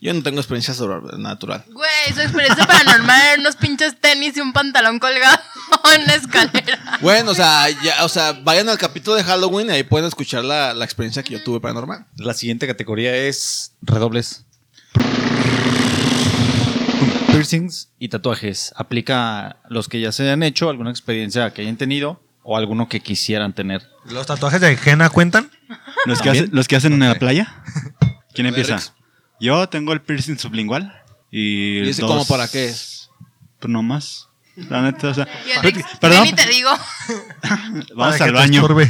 Yo no tengo experiencia sobrenatural. Güey, su experiencia paranormal eran unos pinches tenis y un pantalón colgado en la escalera. Bueno, o sea, ya, o sea, vayan al capítulo de Halloween y ahí pueden escuchar la, la experiencia que yo tuve paranormal. La siguiente categoría es redobles. Piercings y tatuajes. Aplica a los que ya se han hecho, alguna experiencia que hayan tenido o alguno que quisieran tener. los tatuajes de Jena cuentan. Los que, hacen, los que hacen en la playa. ¿Quién empieza? Yo tengo el piercing sublingual. ¿Y, ¿Y ese dos- cómo para qué es? Pues no más. La neta, o sea. Y el Fíjate Rix, que- Perdón, ven y te digo. vamos para al que te baño. estorbe.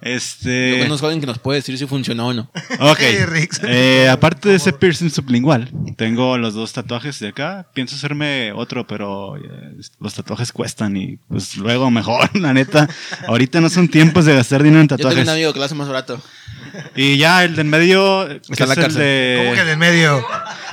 Yo Este. conozco a alguien que nos puede decir si funcionó o no. Ok. Sí, Rix. Eh, aparte de ese piercing sublingual, tengo los dos tatuajes de acá. Pienso hacerme otro, pero eh, los tatuajes cuestan y pues luego mejor, la neta. Ahorita no son tiempos de gastar dinero en Yo tengo un tatuajes. amigo que lo hace más barato. Y ya el de en medio, que Está en la es el cárcel. ¿Cómo que de... en el medio?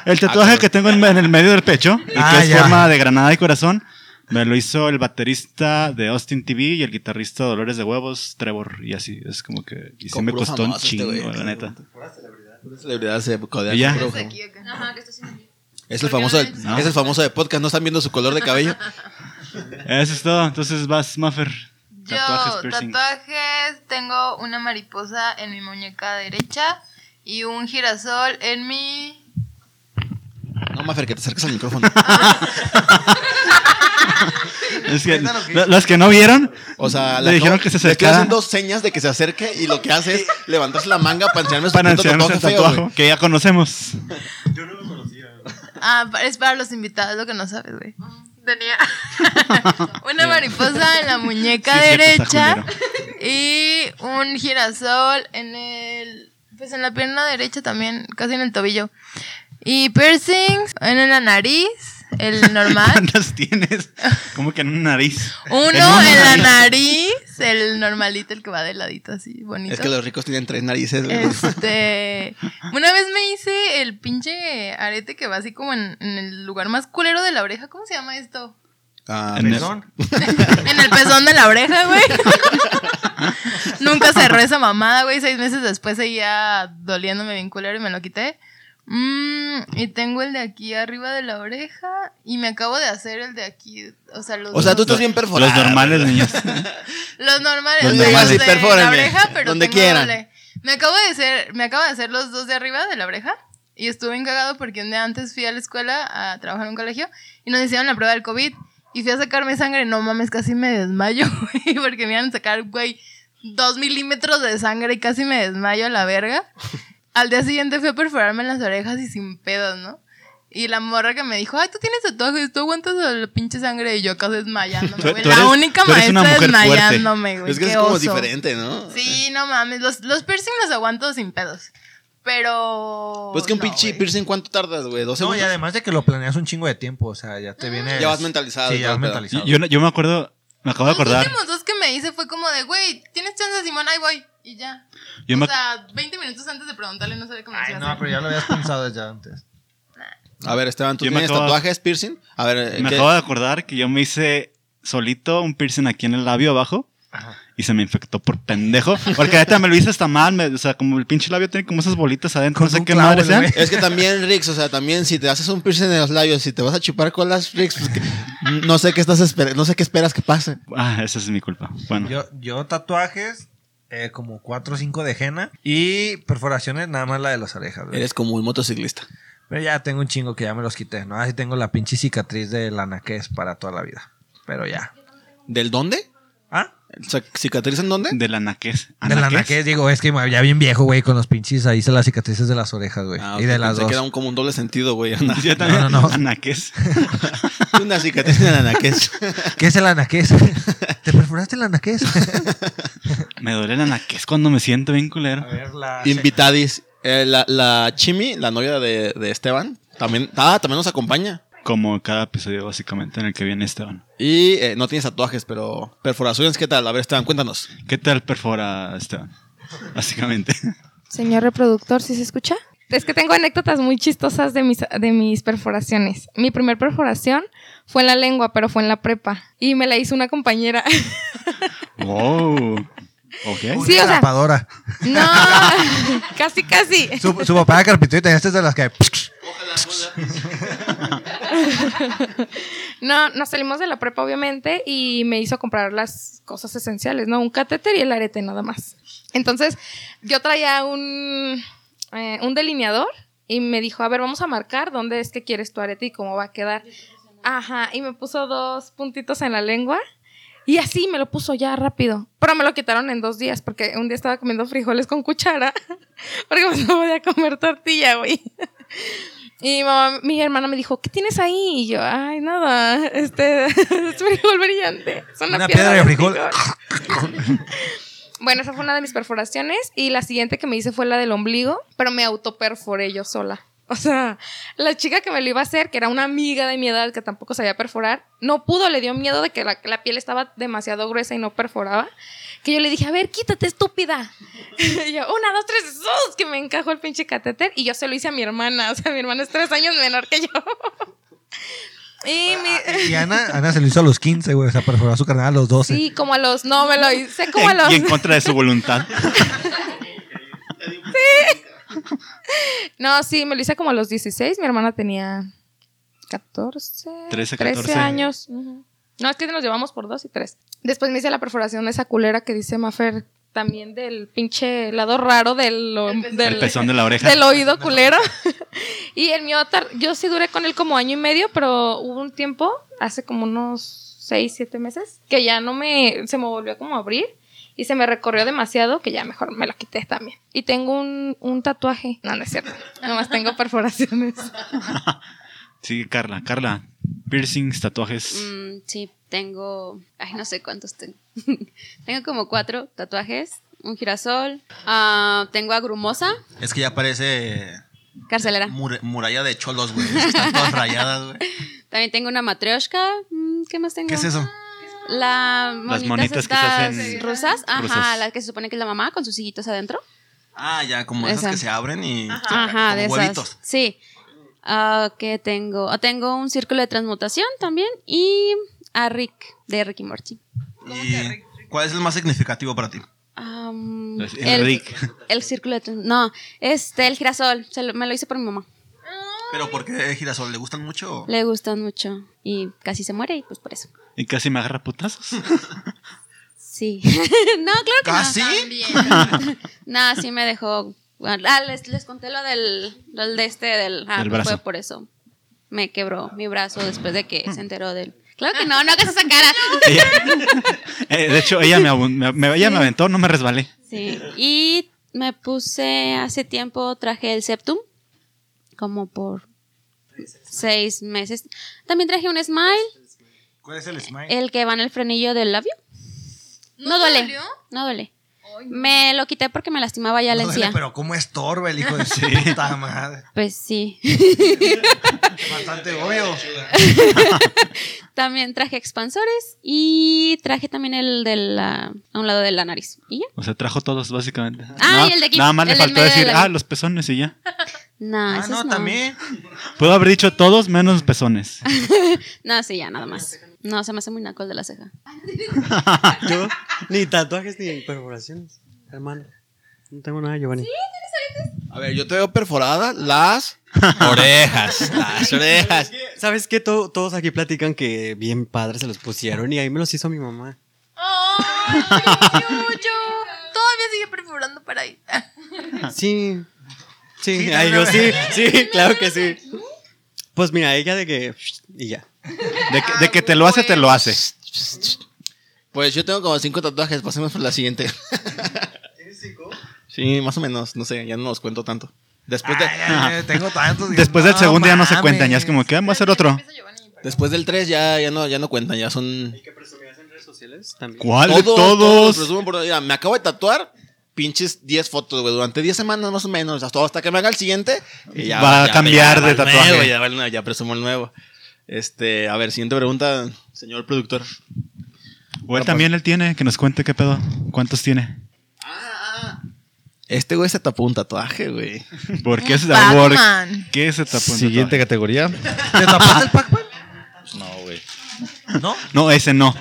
El tatuaje Ah, que tengo en, en el medio del pecho, y Ah, que es ya. forma de granada y corazón, me lo hizo el baterista de Austin TV y el guitarrista de Dolores de Huevos, Trevor, y así. Es como que... Y sí Con me puro costó un famoso este chingo, güey. la neta. Una celebridad se codea. Y ya. seguro. Estás Pues aquí, ok. Es el famoso, del- No. es el famoso de podcast. ¿No están viendo su color de cabello? Eso es todo. Entonces vas, Maffer. Yo, Tatuajes, piercing. tatuajes, tengo una mariposa en mi muñeca derecha y un girasol en mi No, Mafer, que te acerques al micrófono. Es que, lo- los que no vieron, O sea, le dijeron que se le estoy acercara haciendo señas de que se acerque y lo que hace es levantarse la manga para enseñarme su para puto enseñarnos el feo, tatuaje güey. que ya conocemos. Ah, pa- es para los invitados, lo que no sabes, güey. Ah, Tenía una mariposa en la muñeca Sí, es cierto, está derecha y un girasol en el. Pues en la pierna derecha también, casi en el tobillo. Y piercings en la nariz, el normal. ¿Cuántas tienes? Como que en una nariz. Uno en una la nariz, el normalito, el que va de ladito así, bonito. Es que los ricos tienen tres narices. güey. Este. Una vez me hice el pinche arete que va así como en, en el lugar más culero de la oreja. ¿Cómo se llama esto? Ah, En el- Perdón. En el pezón de la oreja, güey. Nunca cerró esa mamada, güey. Seis meses después seguía doliéndome bien culero y me lo quité. Mm, y tengo el de aquí arriba de la oreja. Y me acabo de hacer el de aquí. O sea, los, o sea, tú dos- estás bien perforado. Los normales, niños. los normales. Los o sea, normales, los de la perfórenme, oreja, pero donde tengo quieran. doble. Me acabo de hacer, me acabo de hacer los dos de arriba de la oreja. Y estuve bien cagado porque un día antes fui a la escuela a trabajar en un colegio y nos hicieron la prueba del COVID. Y fui a sacarme sangre. No mames, casi me desmayo, güey. Porque me iban a sacar, güey, dos milímetros de sangre y casi me desmayo a la verga. Al día siguiente fui a perforarme en las orejas y sin pedos, ¿no? Y la morra que me dijo, ay, tú tienes tatuajes, tú aguantas la pinche sangre y yo casi desmayándome. Tú- güey. tú la eres- única tú eres una maestra mujer fuerte. desmayándome, güey. es que qué es como oso. diferente, ¿no? Sí, no mames. Los, los piercings los aguanto sin pedos. Pero. Pues que un no, pinche güey. piercing, ¿cuánto tardas, güey? ¿Dos No, y segundos? además de que lo planeas un chingo de tiempo, o sea, ya te viene. Ya vas mentalizado Sí, y ya vas todo el pedo. mentalizado. Yo, yo me acuerdo, me acabo de Los acordar. últimos dos que me hice fue como de, güey, ¿tienes chance, Simón? Ahí voy. Y ya. Yo o me, sea, 20 minutos antes de preguntarle, no sabía cómo Ay, se iba a no, hacer. pero ya lo habías pensado ya antes. A ver, Esteban, ¿tú Yo me tienes acabo- tatuajes, piercing? A ver, me ¿qué? acabo de acordar que yo me hice solito un piercing aquí en el labio abajo. Y se me infectó por pendejo. Porque ahorita me lo hice hasta mal. me- o sea, como el pinche labio tiene como esas bolitas adentro. Con no sé un qué clavo, madre la sean. ve- Es que también, Rix, o sea, también si te haces un piercing en los labios, si te vas a chupar con las Rix, pues que- no sé qué estás esper- no sé qué esperas que pase. Ah, esa es mi culpa. Bueno. Yo, yo tatuajes, eh, como 4 o 5 de henna y perforaciones nada más la de las orejas. güey. Eres como un motociclista. Pero ya tengo un chingo que ya me los quité, ¿no? Así tengo la pinche cicatriz de lana que es para toda la vida. Pero ya. ¿Del dónde? ¿Ah? Sac- ¿Cicatriz en dónde? Del anaqués. De la que digo, es que ya bien viejo, güey, con los pinches, ahí se las cicatrices de las orejas, güey. Ah, y de ok, las pensé dos. que era un- como un doble sentido, güey. Ana- Yo también. No, no, no. Anaqués. Una cicatriz en el anaqués. ¿Qué es el anaqués? ¿Te perforaste el anaqués? Me duele el anaqués cuando me siento bien culero. ver, la... Invitadis. Eh, la, la Chimi, la novia de, de Esteban, también, ah, también nos acompaña. Como cada episodio, básicamente, en el que viene Esteban. Y eh, no tienes tatuajes, pero perforaciones, ¿qué tal? A ver, Esteban, cuéntanos. ¿Qué tal perfora Esteban? Básicamente. Señor reproductor, ¿sí se escucha? Es que tengo anécdotas muy chistosas de mis, de mis perforaciones. Mi primer perforación fue en la lengua, pero fue en la prepa. Y me la hizo una compañera. wow. Ok. Sí, o sea- Rapadora. No, casi, casi. Su, su papá era carpintero y tenía estas de las que... No, nos salimos de la prepa, obviamente, y me hizo comprar las cosas esenciales, ¿no? Un catéter y el arete nada más. Entonces, yo traía un, eh, un delineador y me dijo, a ver, vamos a marcar dónde es que quieres tu arete y cómo va a quedar. Ajá, y me puso dos puntitos en la lengua y así me lo puso ya rápido. Pero me lo quitaron en dos días porque un día estaba comiendo frijoles con cuchara porque pues no podía comer tortilla, güey. Y mi, mamá- mi hermana me dijo, ¿qué tienes ahí? Y yo, ay, nada, este es frijol brillante. Es una, Una piedra, piedra de frijol. frijol". bueno, esa fue una de mis perforaciones y la siguiente que me hice fue la del ombligo, pero me autoperforé yo sola. O sea, la chica que me lo iba a hacer, que era una amiga de mi edad que tampoco sabía perforar, no pudo, le dio miedo de que la, la piel estaba demasiado gruesa y no perforaba. Que yo le dije, a ver, quítate, estúpida. Y yo, una, dos, tres, ¡sus! que me encajó el pinche catéter y yo se lo hice a mi hermana. O sea, mi hermana es tres años menor que yo. Y mi... Y Ana, Ana se lo hizo a los 15, güey. O sea, perforó a su carnal a los 12. Sí, como a los... No, me lo hice como a En- los... y en contra de su voluntad. No, sí, me lo hice como a los 16. Mi hermana tenía 14. 13, 14. años. Ujú. No, es que nos llevamos por dos y tres. Después me hice la perforación de esa culera que dice Mafer, también del pinche lado raro del, o- El del, pezón de la oreja. del oído culero. y el mío, tar- yo sí duré con él como año y medio, pero hubo un tiempo, hace como unos seis, siete meses, que ya no me, se me volvió como a abrir y se me recorrió demasiado que ya mejor me lo quité también. Y tengo un, un tatuaje. No, no es cierto. Nomás tengo perforaciones. Sí, Carla. Carla. Piercings, tatuajes. Mm, sí, tengo. Ay, no sé cuántos tengo. tengo como cuatro tatuajes. Un girasol. ah, tengo a Grumosa, Es que ya parece carcelera. mur- muralla de cholos, güey. Están todas rayadas, güey. También tengo una matrioshka. Mm, ¿Qué más tengo? ¿Qué es eso? La Las monitas monitas que se estas hacen- rusas. Ajá, rusas. la que se supone que es la mamá con sus hijitos adentro. Ah, ya, como esas Esa. que se abren y. Ajá, como de huevitos. esas. Sí. Ah, ¿Qué tengo? Ah, tengo un círculo de transmutación también y a Rick, de Rick y Morty. ¿Y cuál es el más significativo para ti? Am, Es- el Rick. El círculo de trans- No, este, el girasol. se lo- me lo hice por mi mamá. ¿Pero por qué el girasol? ¿Le gustan mucho? o- Le gustan mucho. Y casi se muere, y pues por eso. Y casi me agarra putazos. Sí. no, claro que ¿Casi? no. No, sí me dejó. Ah, les, les conté lo del, del de este, del. Ah, Del pues brazo. fue por eso. Me quebró mi brazo después de que Mm. se enteró del. Claro que no, no hagas esa cara. Ella- Eh, de hecho, ella me, abu- me- me- ella me aventó, no me resbalé. Sí. Y me puse hace tiempo, traje el septum, como por seis meses. También traje un smile, ¿Cuál es el smile? el que va en el frenillo del labio. No, duele. No duele. Me lo quité porque me lastimaba ya la No duele, encía. pero cómo estorba el hijo de su puta madre. Pues sí. Bastante obvio. también traje expansores y traje también el de la, a un lado de la nariz. ¿Y ya? O sea, trajo todos, básicamente. Ah, nada, y el de aquí, nada más le el del faltó medio de decir, la- ah, los pezones y ya. No, Ah, esos no, no. también. Puedo haber dicho todos menos pezones. No, sí, ya, nada más. No, se me hace muy naco el de la ceja. Yo ni tatuajes ni perforaciones, hermano. No tengo nada, Giovanni. A ver, yo te veo perforada las orejas. Las orejas. ¿Sabes qué? To- todos aquí platican que bien padres se los pusieron y ahí me los hizo mi mamá. ¡Ay, yo, yo! todavía sigue perforando para ahí. Sí. Sí, Sí, ay, no, yo no. sí, sí, claro que sí. Pues mira, ella de que. Y ya. De que, de que te lo hace, te lo hace. Pues yo tengo como cinco tatuajes, pasemos por la siguiente. ¿Tienes cinco? Sí, más o menos, no sé, ya no los cuento tanto. Después, de, Ay, tengo tantos. Pues Después del No segundo ya no se mames. cuentan, ya es como que "Ah, voy a hacer otro. después del tres ya, ya, no, ya no cuentan, ya son... También. ¿Cuál de Todo, todo todos? se resume por- mira, me acabo de tatuar pinches 10 fotos, güey, durante 10 semanas más o menos, hasta, hasta que me haga el siguiente. y ya- Va a ya- cambiar ya va de el tatuaje. nuevo, ya, va el nuevo, ya presumo el nuevo. Este, a ver, siguiente pregunta, señor productor. O él también él tiene, que nos cuente qué pedo. ¿Cuántos tiene? Este güey se tapó un tatuaje, güey. ¿Por qué se tapó? Batman. ¿Qué se tapó? un Siguiente categoría. ¿Te tapaste el Pac-Man? No, güey. ¿No? tatuaje? No, ese no.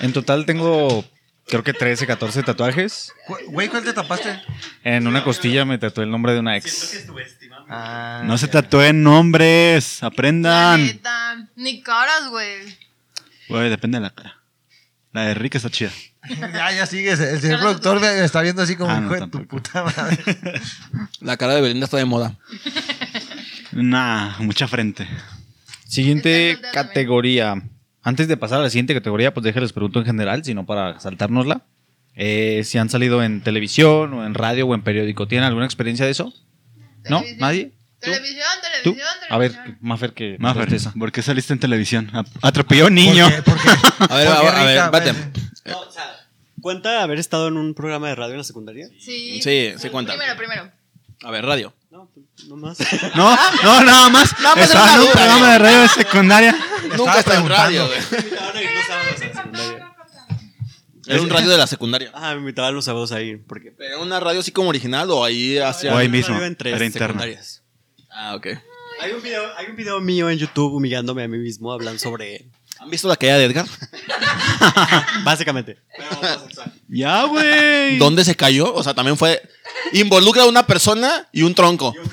En total tengo, creo que 13, 14 tatuajes. Cu- Güey, ¿cuál te tapaste? En una costilla me tatué el nombre de una ex. Ah, No se tatúen nombres. La Aprendan. neta. Ni caras, güey. Güey, depende de la cara. La de Rick está chida. ya, ya sigues. El señor productor me está viendo así como Ah, no, hijo de tu tampoco. puta madre. La cara de Belinda está de moda. Nah, mucha frente. Siguiente Está soldado, categoría. Antes de pasar a la siguiente categoría, pues déjenles pregunto en general, sino para saltárnosla. Eh, si han salido en televisión o en radio o en periódico, ¿tienen alguna experiencia de eso? ¿No? Televisión. ¿Nadie? ¿Tú? Televisión, ¿Tú? televisión, A ver, televisión. Mafer, que Mafer, conteste esa. ¿por qué saliste en televisión? A- Atropelló a un niño. ¿Por qué? ¿Por qué? A ver, ¿Por qué, a, a ver, Rita? espérate. ¿Cuenta haber estado en un programa de radio en la secundaria? Sí. Sí, sí cuenta. Primero, primero. A ver, radio. No, no más. No, no, Ah, nada más. Nada más Estaba en en un radio. programa de radio de secundaria. Nunca está en preguntando. radio, güey. secundaria. Era un radio de la secundaria. Ah, me invitaban los sábados ahí. Porque ¿Pero una radio así como original o ahí hacia...? O ahí Yo mismo. vivo en tres Era interna. secundarias. Ah, ok. Hay un, video, hay un video mío en YouTube humillándome a mí mismo, hablando sobre. ¿Han visto la caída de Edgar? Básicamente. Ya, güey. ¿Dónde se cayó? O sea, también fue... Involucra a una persona y un tronco.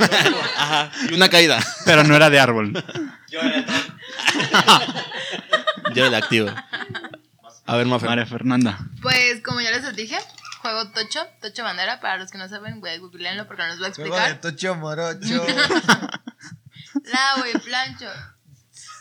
Ajá. y una caída. Pero no era de árbol. Yo le activo. A ver, Mafe. María Fernanda. Pues como ya les dije, juego Tocho, Tocho Bandera. Para los que no saben, güey, googleenlo porque no les voy a Luego de explicar. Tocho Morocho. La, güey, plancho.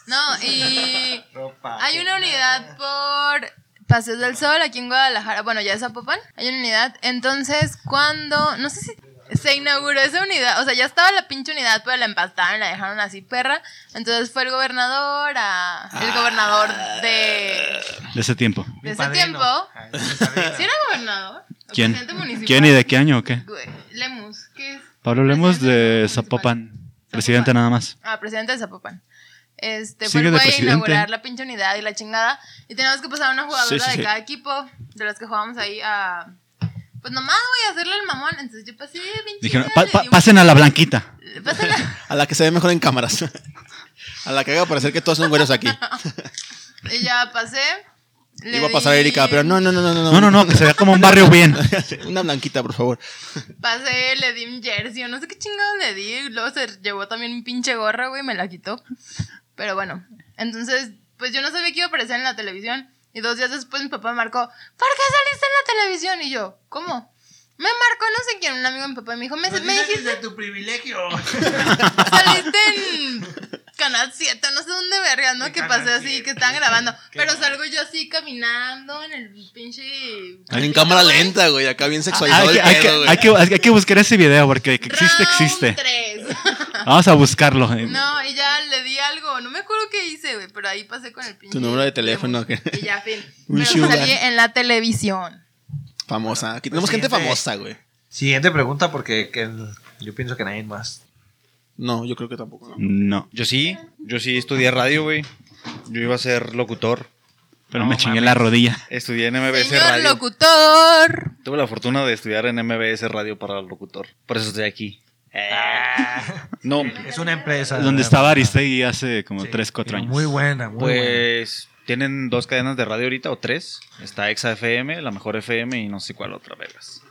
No, y Ropa. hay una unidad por Paseos del Sol aquí en Guadalajara. Bueno, ya es Zapopan. Hay una unidad. Entonces, cuando, no sé si se inauguró esa unidad, o sea, ya estaba la pinche unidad, pero la empastaron, la dejaron así perra. Entonces fue el gobernador a- El gobernador de, De ese tiempo. de Mi ese padrino. tiempo. Ah, Ay, mi padrino. ¿Sí era gobernador? ¿O ¿Quién? presidente municipal? ¿Quién y de qué año o qué? Güey, Lemus, ¿qué es? Pablo Lemos de Presidente Zapopan. Presidente nada más. Ah, presidente de Zapopan. Este, Sigue fue de güey a presidente. inaugurar la pinche unidad y la chingada. Y teníamos que pasar a una jugadora Sí, sí, de sí. cada equipo, de las que jugábamos ahí a. Pues nomás voy a hacerle el mamón. Entonces yo pasé bien Dijeron, chingada, "Pa- le pa- di un- pasen a la blanquita. Pásenla. A la que se ve mejor en cámaras. A la que haga parecer que todos son güeros aquí. Y ya pasé. le Iba a pasar di- Erika, pero no, no, no, no, no. No, no, no, que se vea como un barrio bien. Una blanquita, por favor. Pasé, le di un jersey, o no sé qué chingados le di. y Luego se llevó también mi pinche gorra, güey, y me la quitó. Pero bueno, entonces, pues yo no sabía que iba a aparecer en la televisión. Y dos días después mi papá me marcó, ¿por qué saliste en la televisión? Y yo, ¿cómo? Me marcó no sé quién, un amigo de mi papá, y me dijo, me, me dijiste, de tu privilegio. saliste en Canal 7, no sé dónde vergas, ¿no? En Que Canal pasé así, 7. que estaban grabando. Qué Pero mal. salgo yo así caminando en el pinche... En cámara lenta, güey. Acá bien sexualizado Hay que, el hay que- pedo, hay güey. que- hay que buscar ese video porque que existe, Round existe. tres. Vamos a buscarlo. No, y ya le di algo. No me acuerdo qué hice, güey, pero ahí pasé con el pinche. Tu número de teléfono, ¿qué? Y ya, fin. Un Pero sugar. salí en la televisión. Famosa. Aquí tenemos gente Siguiente. famosa, güey. Siguiente pregunta porque que yo pienso que nadie más. No, yo creo que tampoco. no. No, Yo sí, yo sí estudié radio, güey. Yo iba a ser locutor. pero No me chingué mames. la rodilla. Estudié en MBS Señor Radio. locutor. Tuve la fortuna de estudiar en MBS Radio para locutor. Por eso estoy aquí. No, Es una empresa. Donde estaba Aristegui hace como Sí, 3, 4 pero años. Muy buena, muy buena. pues tienen dos cadenas de radio ahorita, o tres. Está Exa FM, la mejor FM y no sé cuál otra, Vegas.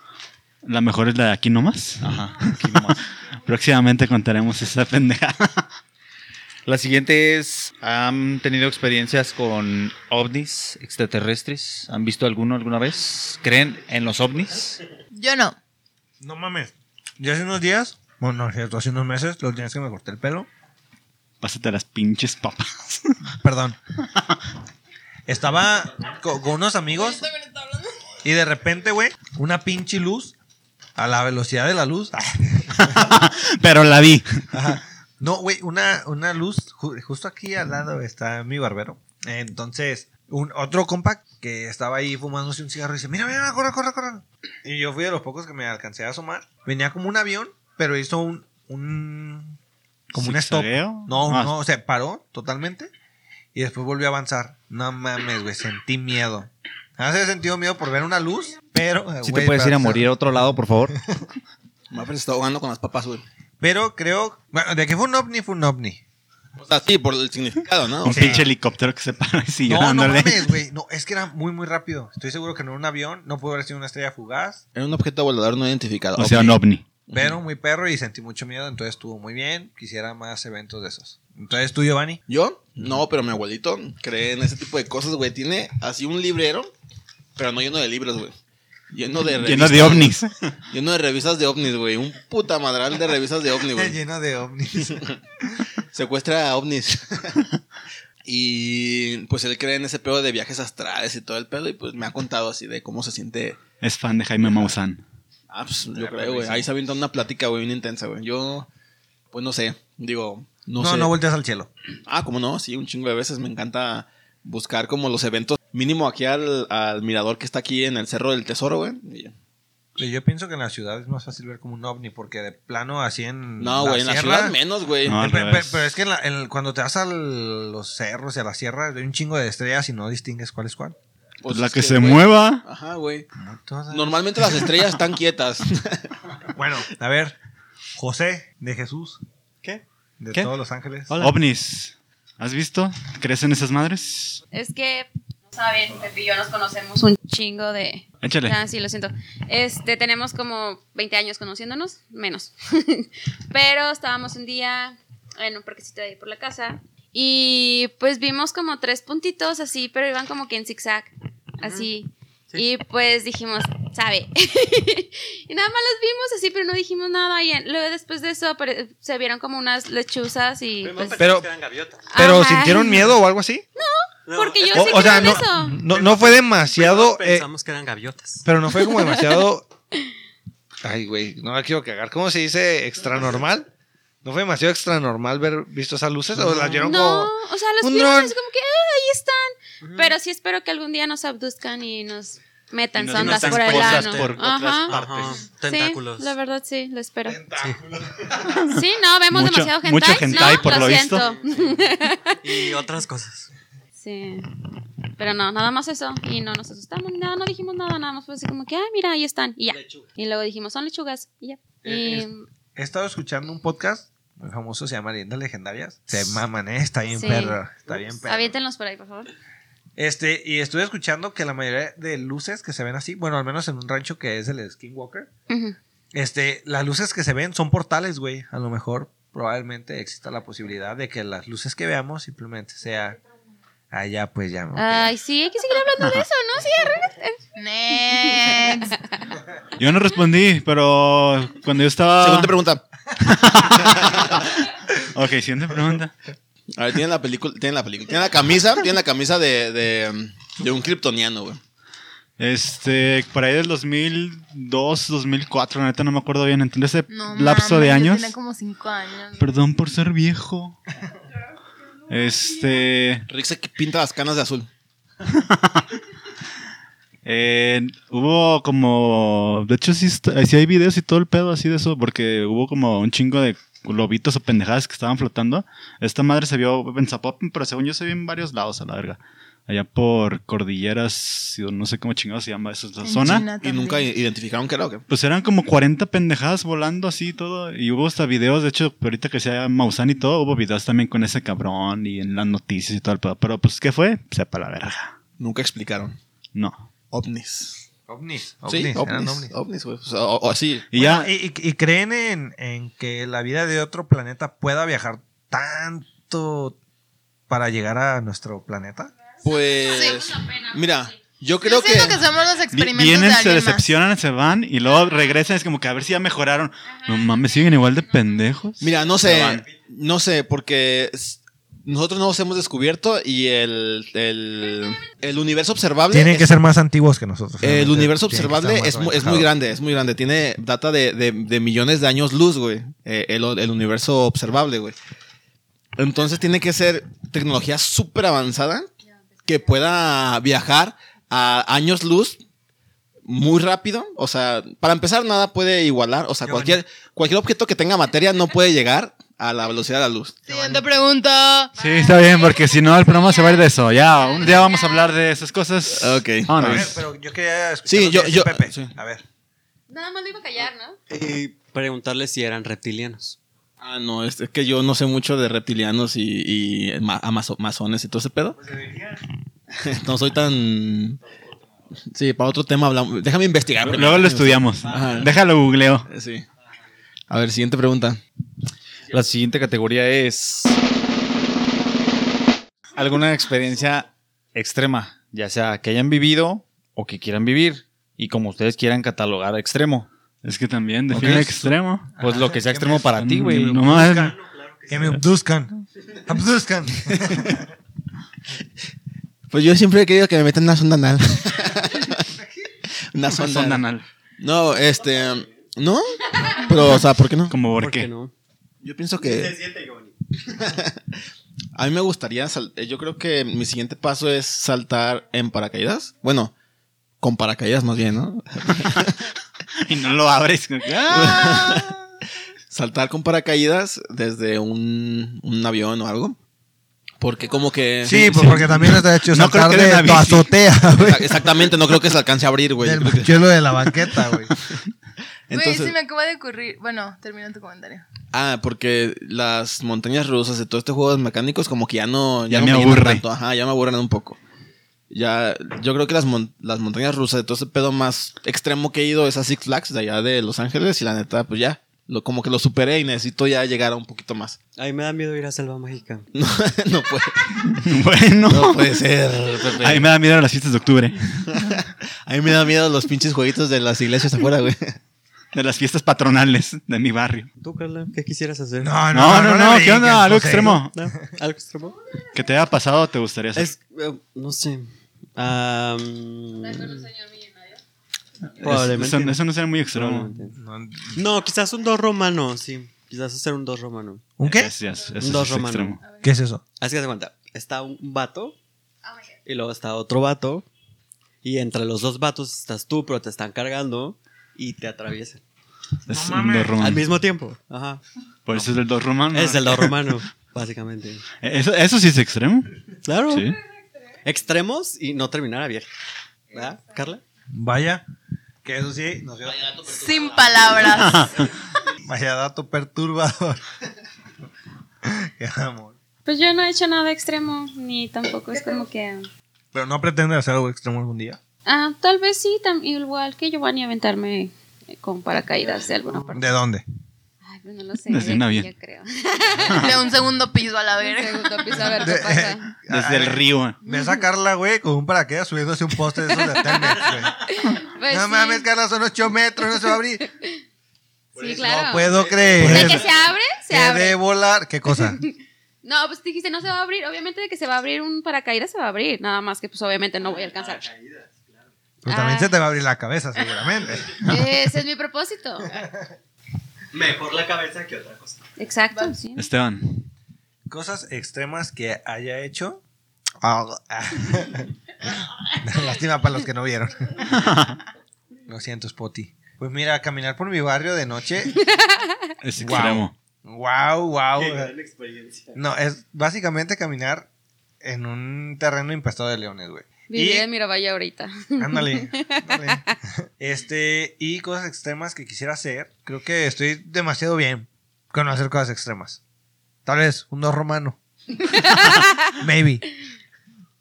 La mejor es la de aquí nomás. Ajá, aquí nomás. Próximamente contaremos esa pendeja. La siguiente es, ¿han tenido experiencias con ovnis extraterrestres? ¿Han visto alguno alguna vez? ¿Creen en los ovnis? Yo no. No mames. Yo hace unos días, bueno, no es cierto, hace unos meses, los días que me corté el pelo, Pásate las pinches papas. Perdón. Estaba co- con unos amigos y de repente, güey, una pinche luz a la velocidad de la luz. Pero la vi. Ajá. No, güey, una, una luz ju- justo aquí al lado está mi barbero. Entonces, un otro compa que estaba ahí fumándose un cigarro dice, mira, mira, mira, corre, corre, corre. Y yo fui de los pocos que me alcancé a asomar. Venía como un avión, pero hizo un... un como un stop. ¿Zigzagueo? No, Ah. no, o sea, paró totalmente. Y después volvió a avanzar. No mames, güey, sentí miedo. Hace sentido miedo por ver una luz, pero... Si te güey, puedes ir a pero- morir a otro lado, por favor. Me se está ahogando con las papas, güey. Pero creo... Bueno, de que fue un ovni, fue un ovni. O sea, sí, por el significado, ¿no? Un O sea, pinche helicóptero que se para así No, no dándole. mames, güey. No, es que era muy, muy rápido. Estoy seguro que no era un avión. No pudo haber sido una estrella fugaz. Era un objeto volador no identificado. o sea, un ovni. Pero muy perro y sentí mucho miedo. Entonces estuvo muy bien. Quisiera más eventos de esos. Entonces tú, Giovanni. Yo, no, pero mi abuelito cree en ese tipo de cosas, güey. Tiene así un librero, pero no lleno de libros, güey. Lleno de Lleno de ovnis. Lleno de revistas de ovnis, güey. Un puta madral de revistas de ovnis, güey. lleno de ovnis. Secuestra a ovnis. y pues él cree en ese pedo de viajes astrales y todo el pedo. Y pues me ha contado así de cómo se siente. Es fan de Jaime Maussan. Ah, pues yo creo, güey. Ahí se avienta una plática, güey, bien intensa, güey. Yo, pues no sé. Digo, no, No, sé. no, volteas al cielo. Ah, como no, sí, un chingo de veces me encanta buscar como los eventos. Mínimo aquí al, al mirador que está aquí en el Cerro del Tesoro, güey. Y- Pero yo pienso que en la ciudad es más fácil ver como un ovni. Porque de plano así en. No, güey, en la sierra- ciudad menos, güey. No, Eh, al pe- pe- Pero, revés. es que en la- en- cuando te vas a los cerros y a la sierra, hay un chingo de estrellas y no distingues cuál es cuál. Pues Pues la es que se güey. mueva. Ajá, güey. No todas. Normalmente las estrellas están quietas. Bueno, a ver. José de Jesús. ¿Qué? De ¿Qué? todos los ángeles. Hola. Ovnis. ¿Has visto? ¿Crees en esas madres? Es que, saben, Pepe y yo nos conocemos un chingo de... Échale. Ah, sí, lo siento. Este, tenemos como 20 años conociéndonos, menos. Pero estábamos un día en un parquecito ahí por la casa y pues vimos como tres puntitos así, pero iban como que en zigzag, así. Y pues dijimos, sabe. y nada más los vimos así, pero no dijimos nada. Y en- luego después de eso apare- se vieron como unas lechuzas y... pues, Pero- eran gaviotas. ¿Pero ajá. sintieron miedo o algo así? Porque yo O, sé o que sea, eran no, eso. no, no fue demasiado. eh, Pensamos que eran gaviotas. pero no fue como demasiado. Ay, güey, no me quiero cagar. ¿Cómo se dice extra normal? ¿No fue demasiado extra normal ver visto esas luces? ¿O las vieron No, como.? o sea, los un vieron dron. así como que "Ah, ahí están. Pero sí espero que algún día nos abduzcan y nos metan Y nos sondas metan por el cosas ano. por otras Ajá. Ajá. Sí, Tentáculos. la verdad sí, lo espero. Sí, no, vemos Mucho- demasiado hentai. mucho hentai, ¿no? por lo visto. siento. Y otras cosas. Sí. Pero no, nada más eso. Y no nos asustamos ni nada, no dijimos nada, nada más fue así como que, ay, mira, ahí están. Y ya. Y luego dijimos, son lechugas. Y ya. Eh, Y es- He estado escuchando un podcast muy famoso, se llama Leyendas Legendarias. Se maman, ¿eh? Está bien Sí. perro. Está bien perro. aviéntenlos por ahí, por favor. Este, y estuve escuchando que la mayoría de luces que se ven así, bueno, al menos en un rancho que es el Skinwalker, Ujú. Este, las luces que se ven son portales, güey. A lo mejor probablemente exista la posibilidad de que las luces que veamos simplemente sea allá, pues ya. ¿no? Ay, sí, hay que seguir hablando de eso, ¿no? Sí, arréglate. Next. Yo no respondí, pero cuando yo estaba. Segunda pregunta. Ok, siguiente pregunta. A ver, tiene la película, tiene la película, tiene la camisa, tiene la camisa de, de, de un kryptoniano, güey. Este, por ahí del 2002, 2004, la neta no me acuerdo bien. Entonces, ese No lapso mames, de yo años. Tenía como cinco años. Perdón por ser viejo. Este. Rick se pinta las canas de azul. Ah, Eh, hubo como. De hecho, sí, está- sí hay videos y todo el pedo así de eso, porque hubo como un chingo de globitos o pendejadas que estaban flotando. Esta madre se vio en Zapopan, pero según yo se vio en varios lados a la verga. Allá por cordilleras, y no sé cómo chingado se llama esa esa En zona. China Y también. nunca i- identificaron que era, ¿o qué? Pues eran como 40 pendejadas volando así y todo. Y hubo hasta videos, de hecho, ahorita que sea Maussan y todo, hubo videos también con ese cabrón y en las noticias y todo el pedo. Pero pues, ¿qué fue? Sepa la verga. Nunca explicaron. No. Ovnis. ovnis, Sí, ovnis, eran ovnis. ovnis. Ovnis, güey. O sea, o- o así. Y Bueno, ya. y, y- y creen en, en que la vida de otro planeta pueda viajar tan tanto para llegar a nuestro planeta? Pues. Mira, yo creo Yo que. siento que somos los Vi- experimentos Vienen, de se alguien más. decepcionan, se van y luego regresan. Es como que a ver si ya mejoraron. No mames, siguen igual de pendejos. Mira, no Se sé, van. no sé, porque s- nosotros nos hemos descubierto y el, el, el universo observable. Tienen es- que ser más antiguos que nosotros. El obviamente. universo Tienen que observable estar es, más mu- es muy avanzados. grande, es muy grande. Tiene data de, de- de millones de años luz, güey. Eh, el, o- el universo observable, güey. Entonces tiene que ser tecnología súper avanzada que pueda viajar a años luz muy rápido. O sea, para empezar, nada puede igualar. O sea, cualquier, cualquier objeto que tenga materia no puede llegar a la velocidad de la luz. Siguiente pregunta. Sí, está bien, porque si no, el programa se va a ir de eso. Ya, un día vamos a hablar de esas cosas. Ok. Vámonos. A ver, pero yo quería escuchar Sí, lo que yo- dice yo- Pepe. sí. A ver. Nada más lo iba a callar, ¿no? Y preguntarle si eran reptilianos. Ah, no, es, es que yo no sé mucho de reptilianos y, y ma- amazo- masones y todo ese pedo. no soy tan... Sí, para otro tema hablamos. Déjame investigar. primero. Luego lo estudiamos. Ajá. Déjalo googleo. Sí. A ver, siguiente pregunta. La siguiente categoría es. Alguna experiencia extrema, ya sea que hayan vivido o que quieran vivir, y como ustedes quieran catalogar a extremo. Es que también define Ok. extremo. Pues Ajá, lo que sea ¿qué extremo me- para ti, güey. No más. Que me obduzcan. Obduzcan. Pues yo siempre he querido que me metan una sonda anal. una sonda, Sonda anal. anal. No, este... ¿No? Pero, o sea, ¿por qué no? Como por, ¿Por qué. qué no? Yo pienso que... A mí me gustaría... sal- eh, Yo creo que mi siguiente paso es saltar en paracaídas. Bueno, con paracaídas más bien, ¿no? Y no lo abres. como que, ¡ah! saltar con paracaídas desde un, un avión o algo. Porque como que... Sí, pues porque también les ha hecho No creo saltar que de una de tu bici. azotea, güey. Exa- Exactamente, no creo que se alcance a abrir, güey. Yo Del creo que- mochuelo de la banqueta, güey. Güey, se Entonces, me acaba de ocurrir. Bueno, termina tu comentario. ah, porque las montañas rusas y todo este juego de mecánicos como que ya no... Ya no me llenan aburre. tanto. Ajá, ya me aburren un poco. Ya, yo creo que las, mon- las montañas rusas, de todo ese pedo más extremo que he ido es a Six Flags de allá de Los Ángeles y la neta, pues ya, lo, como que lo superé y necesito ya llegar a un poquito más. Ahí me da miedo ir a Selva Mágica. No, no puede, bueno. no puede ser. Pepe. Ahí me da miedo las fiestas de octubre. A mí me da miedo los pinches jueguitos de las iglesias afuera, güey. De las fiestas patronales de mi barrio. ¿Tú, Carla, qué quisieras hacer? No, No, no, no. le ¿Qué brinques, onda? Algo José. extremo. ¿No? ¿Algo extremo? Que te haya pasado o te gustaría hacer. Es, eh, no sé. Am, Es- Eso, probablemente. eso no sea muy extremo. Probablemente. No, No, quizás un dos romano, sí. Quizás hacer un dos romano. ¿Un qué? Es- es- eso Dos es romano. extremo. ¿Qué es eso? Así que te cuenta, está un vato y luego está otro vato y entre los dos vatos estás tú, pero te están cargando y te atraviesan Es No un mames. dos romano. al mismo tiempo. Ajá. Por eso es el dos romano. Es el dos romano, básicamente. Eh, Eso, eso sí es extremo. Claro. Sí. Extremos y no terminar a vieja. ¿Verdad, Carla? Vaya. Que eso sí, nos dio- Sin palabras. Vaya dato perturbador. Qué amor. Pues yo no he hecho nada extremo, ni tampoco es como que. Pero no pretende hacer algo extremo algún día. Ah, tal vez sí, tam- igual que Giovanni, aventarme eh, con paracaídas de alguna parte. ¿De dónde? Ay, pues no lo sé. Desde un avión. Yo creo. De un segundo piso a la Un verga. segundo piso, a ver De- eh, qué pasa. Desde el río. Ves a Carla, güey, con un paraquedas subiéndose un poste de esos de Telmex, güey. Pues no sí, mames, Carla, son 8 metros, no se va a abrir. Sí, claro. No puedo Pues, De creer. que se abre, se que abre. de volar. ¿Qué cosa? No, pues dijiste, no se va a abrir. Obviamente de que se va a abrir un paracaídas se va a abrir. Nada más que pues obviamente no voy a alcanzar. Pero Pues también Ah. se te va a abrir la cabeza, seguramente. Ese es mi propósito. Mejor la cabeza que otra cosa. Exacto, sí. Esteban. Cosas extremas que haya hecho. Ah, ah. Lástima para los que no vieron. Lo siento, Spotty. Pues mira, caminar por mi barrio de noche. Es Wow. extremo. Wow, wow. No, es básicamente caminar en un terreno infestado de leones, güey. Vivir Y- en Miravalle ahorita. Ándale, ándale. Este, y cosas extremas que quisiera hacer. Creo que estoy demasiado bien con hacer cosas extremas. Tal vez un dos romano. Maybe. Pues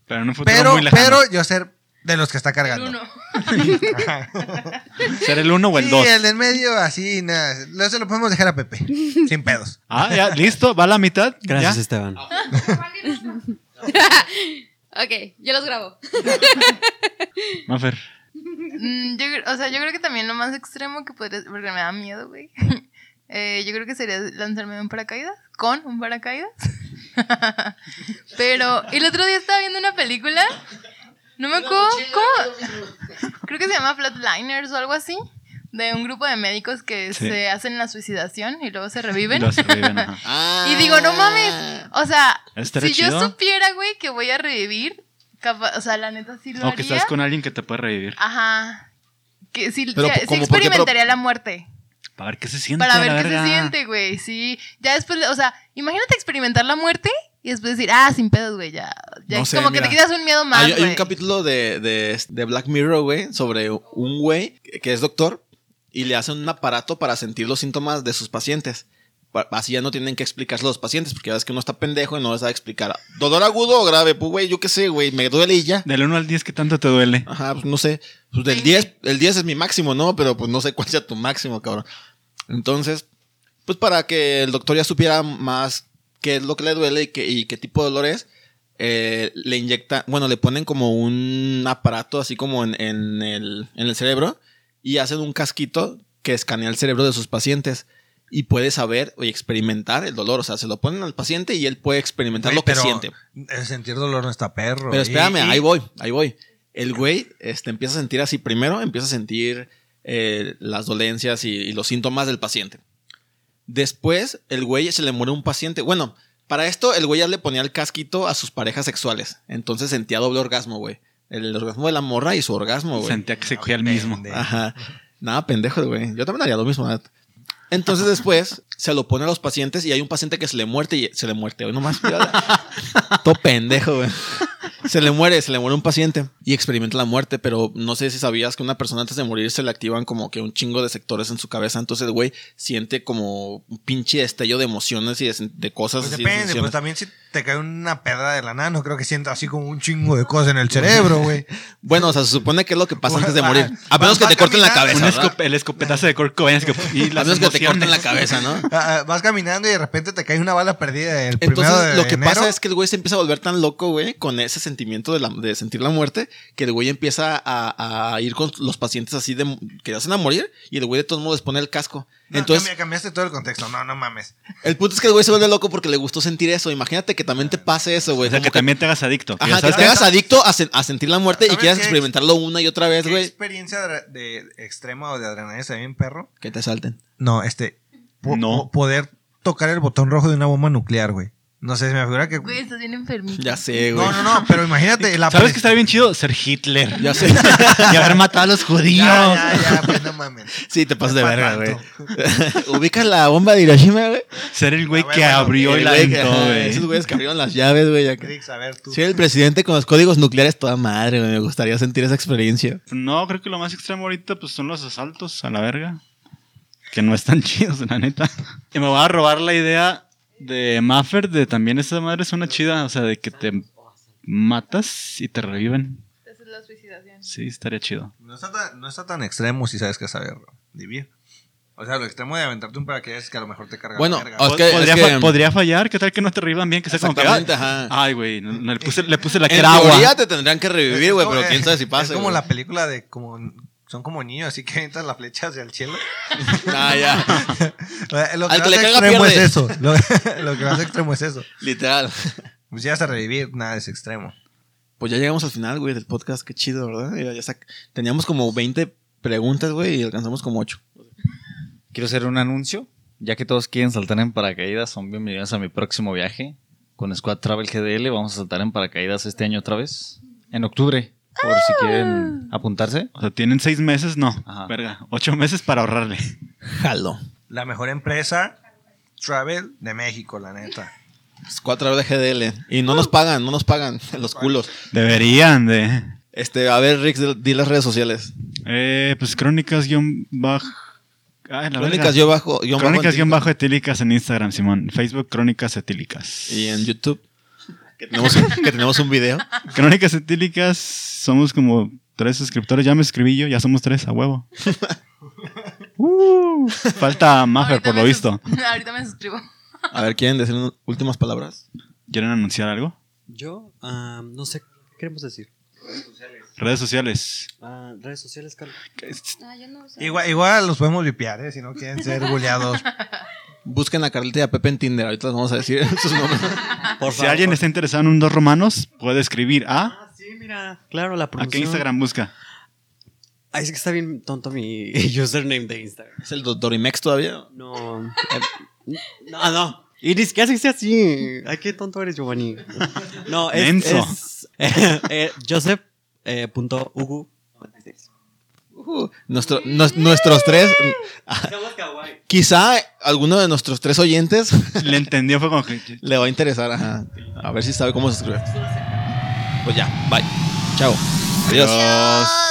Pero en un futuro Pero, muy lejano. pero yo ser De los que está cargando. uno. ¿Ser el uno o el Sí, dos? el del medio, así, nada. Lo, se lo podemos dejar a Pepe. sin pedos. Ah, ya, listo, va a la mitad. Gracias, ya. Esteban. ok, yo los grabo. Mafer. Mm, yo cre- o sea, yo creo que también lo más extremo que podría. Porque me da miedo, güey. Eh, yo creo que sería lanzarme de un paracaídas. Con un paracaídas. Pero el otro día estaba viendo una película. No me acuerdo. ¿Cómo? Creo que se llama Flatliners o algo así. De un grupo de médicos que Sí. se hacen la suicidación y luego se reviven. Los Ah. reviven, ajá. Y digo, no Ah, mames. O sea, Estaría si yo chido. supiera, güey, que voy a revivir. capa- o sea, la neta sí lo O que haría. estás con alguien que te puede revivir. Ajá. Que sí, Pero, ¿cómo? ¿Por sí- sí qué? Pero- experimentaría la muerte. Para ver qué se siente. Para la ver qué se verga. siente, güey. Sí. Ya después, o sea, imagínate experimentar la muerte y después decir, ah, sin pedos, güey, ya. ya No es sé, como que mira. te quitas un miedo más. Hay, hay un güey. capítulo de, de- de Black Mirror, güey, sobre un güey que es doctor y le hacen un aparato para sentir los síntomas de sus pacientes. Pa- Así ya no tienen que explicarse a los pacientes, porque ya ves que uno está pendejo y no les sabe explicar. ¿Dolor agudo o grave? Pues, güey, yo qué sé, güey, me duele y ya. Del 1 al 10, ¿qué tanto te duele? Ajá, pues no sé. Pues del Sí. 10, el 10 es mi máximo, ¿no? Pero pues no sé cuál sea tu máximo, cabrón. Entonces, pues para que el doctor ya supiera más qué es lo que le duele y qué, y qué tipo de dolor es, eh, le inyecta, bueno, le ponen como un aparato así como en, en el, en el cerebro y hacen un casquito que escanea el cerebro de sus pacientes. Y puede saber y experimentar el dolor. O sea, se lo ponen al paciente y él puede experimentar Güey, lo que pero siente. El sentir dolor no está perro. Pero Y- espérame, y- ahí voy, ahí voy. El güey este, empieza a sentir así. Primero empieza a sentir eh, las dolencias y, y los síntomas del paciente. Después, el güey se le muere un paciente. Bueno, para esto, el güey ya le ponía el casquito a sus parejas sexuales. Entonces sentía doble orgasmo, güey. El orgasmo de la morra y su orgasmo, güey. Sentía que se cogía el mismo. Pendejo. Ajá. Nada, pendejo, güey. Yo también haría lo mismo. la neta. Entonces después se lo pone a los pacientes y hay un paciente que se le muerte y se le muerte. Hoy nomás. fíjate. Todo pendejo, güey. Se le muere, se le muere un paciente y experimenta la muerte, pero no sé si sabías que una persona antes de morir se le activan como que un chingo de sectores en su cabeza. Entonces, el güey, siente como un pinche destello de emociones y de, sen- de cosas. Pues así, de depende, sensaciones. pues también si te cae una pedra de la nada, no creo que sienta así como un chingo de cosas en el cerebro, güey. Bueno, o sea, se supone que es lo que pasa antes de Va- morir. va- A menos que va te corten la caminando. cabeza. Un ¿verdad? escop- el escopetazo de Kurt Cobain. escop- Y A las menos que te corten la emociones. cabeza, ¿no? Ah, ah, vas caminando y de repente te cae una bala perdida el primero de Entonces, lo que enero. pasa es que el güey se empieza a volver tan loco, güey, con ese sentimiento de, la- de sentir la muerte, que el güey empieza a, a ir con los pacientes así de que hacen a morir, y el güey de todos modos pone el casco. No, Entonces, cambi- cambiaste todo el contexto. No, no mames. el punto es que el güey se vuelve loco porque le gustó sentir eso. Imagínate que también te pase eso, güey. O sea, como que que- también te hagas adicto. que Ajá, ya que sabes te que- hagas adicto a, sen- a sentir la muerte y ¿Sabes quieras qué? experimentarlo una y otra vez, ¿Qué güey. experiencia de, de extrema o de adrenalina está bien, perro? Que te salten. No, este. po- No. po- Poder tocar el botón rojo de una bomba nuclear, güey. No sé, se me figura que. Güey, estás bien enfermito. Ya sé, güey. No, no, no, pero imagínate. La ¿Sabes pres- que estaría bien chido? Ser Hitler. Ya sé. y haber matado a los Ya, judíos. ya, ya, pues no mames. Sí, te pasas de Pa' verga, güey. tanto. Ubicas la bomba de Hiroshima, güey. Ser el güey A ver, que bueno, abrió y Ah, El la güey que- aventó, ajá, güey. Esos güeyes que abrieron las llaves, güey. acá. Crix, a ver tú. Sí, el presidente con los códigos nucleares, toda madre, güey, me gustaría sentir esa experiencia. No, creo que lo más extremo ahorita pues son los asaltos a la verga. Que no están chidos, la neta. Y me voy a robar la idea de Maffer de también esa madre es una chida. O sea, de que te matas y te reviven. Esa es la suicidación. Sí, estaría chido. No está, tan, no está tan extremo si sabes que saber vivir. O sea, lo extremo de aventarte un paracaídas es que a lo mejor te carga Bueno, la verga. o- Es que- podría, es fa- que- um, podría fallar, ¿qué tal que no te revivan bien? Que sea como que. Exactamente, "Ay, ajá. Ay, güey, no- no, le, puse, le puse la que En era agua. teoría te tendrían que revivir, güey, Eh, Es pero como- quién sabe si pasa. Es como güey. la película de como son como niños, así que avientas la flecha hacia el cielo. Ah, ya. Lo Al que más que le caiga, extremo es pierde. eso. Lo, lo que más extremo es eso. Literal. Pues si vas a revivir, nada es extremo. Pues ya llegamos al final, güey, del podcast. Qué chido, ¿verdad? Mira, ya sac- Teníamos como 20 preguntas, güey, y alcanzamos como 8. Quiero hacer un anuncio. Ya que todos quieren saltar en paracaídas, son bienvenidos a mi próximo viaje con Squad Travel GDL. Vamos a saltar en paracaídas este año otra vez, en octubre, por si quieren apuntarse. O sea, tienen seis meses, no. Ajá. Verga, ocho meses para ahorrarle. Jalo. La mejor empresa travel de México, la neta. Pues cuatro horas de GDL. Y no nos pagan, no nos pagan los culos. Deberían de. Este, a ver, Rix, di- di las redes sociales. Eh, pues crónicas guión bajo. Ay, la verga. Crónicas yo bajo. guión bajo Crónicas guión antiguo. bajo etílicas en Instagram, Simón. Facebook, Crónicas etílicas. Y en YouTube. Que tenemos, un- que tenemos un video. Crónicas etílicas, somos como tres suscriptores. Ya me escribí yo, ya somos tres, a huevo. Uh, falta Maffer, por lo visto. Ahorita me suscribo. A ver, ¿quieren decir un- últimas palabras? ¿Quieren anunciar algo? Yo, ah, no sé, ¿qué queremos decir? Redes sociales. Ah, redes sociales, Carlos. Ah, Igual, igual los podemos vipear, ¿eh? Si no quieren ser buleados. Busquen a Carlita y a Pepe en Tinder. Ahorita les vamos a decir sus nombres. Ah. si alguien está interesado en un dos romanos, puede escribir a. Ah, sí, mira, claro, la ¿A qué promoción. Instagram busca? Ay, es que está bien tonto mi username de Instagram. ¿Es el do- Dorimex todavía? No. eh, no, no. Iris, ¿qué haces así? Ay, qué tonto eres, Giovanni. No, es. Menso. es, eh, eh, Joseph. eh, punto Ugu. Ujú. Uh, Nuestro- nos- nuestros tres. ah, Quizá alguno de nuestros tres oyentes Le entendió, fue como que. le va a interesar. ajá. A ver si sabe cómo se escribe. Pues ya, bye. Chao. Adiós. Dios.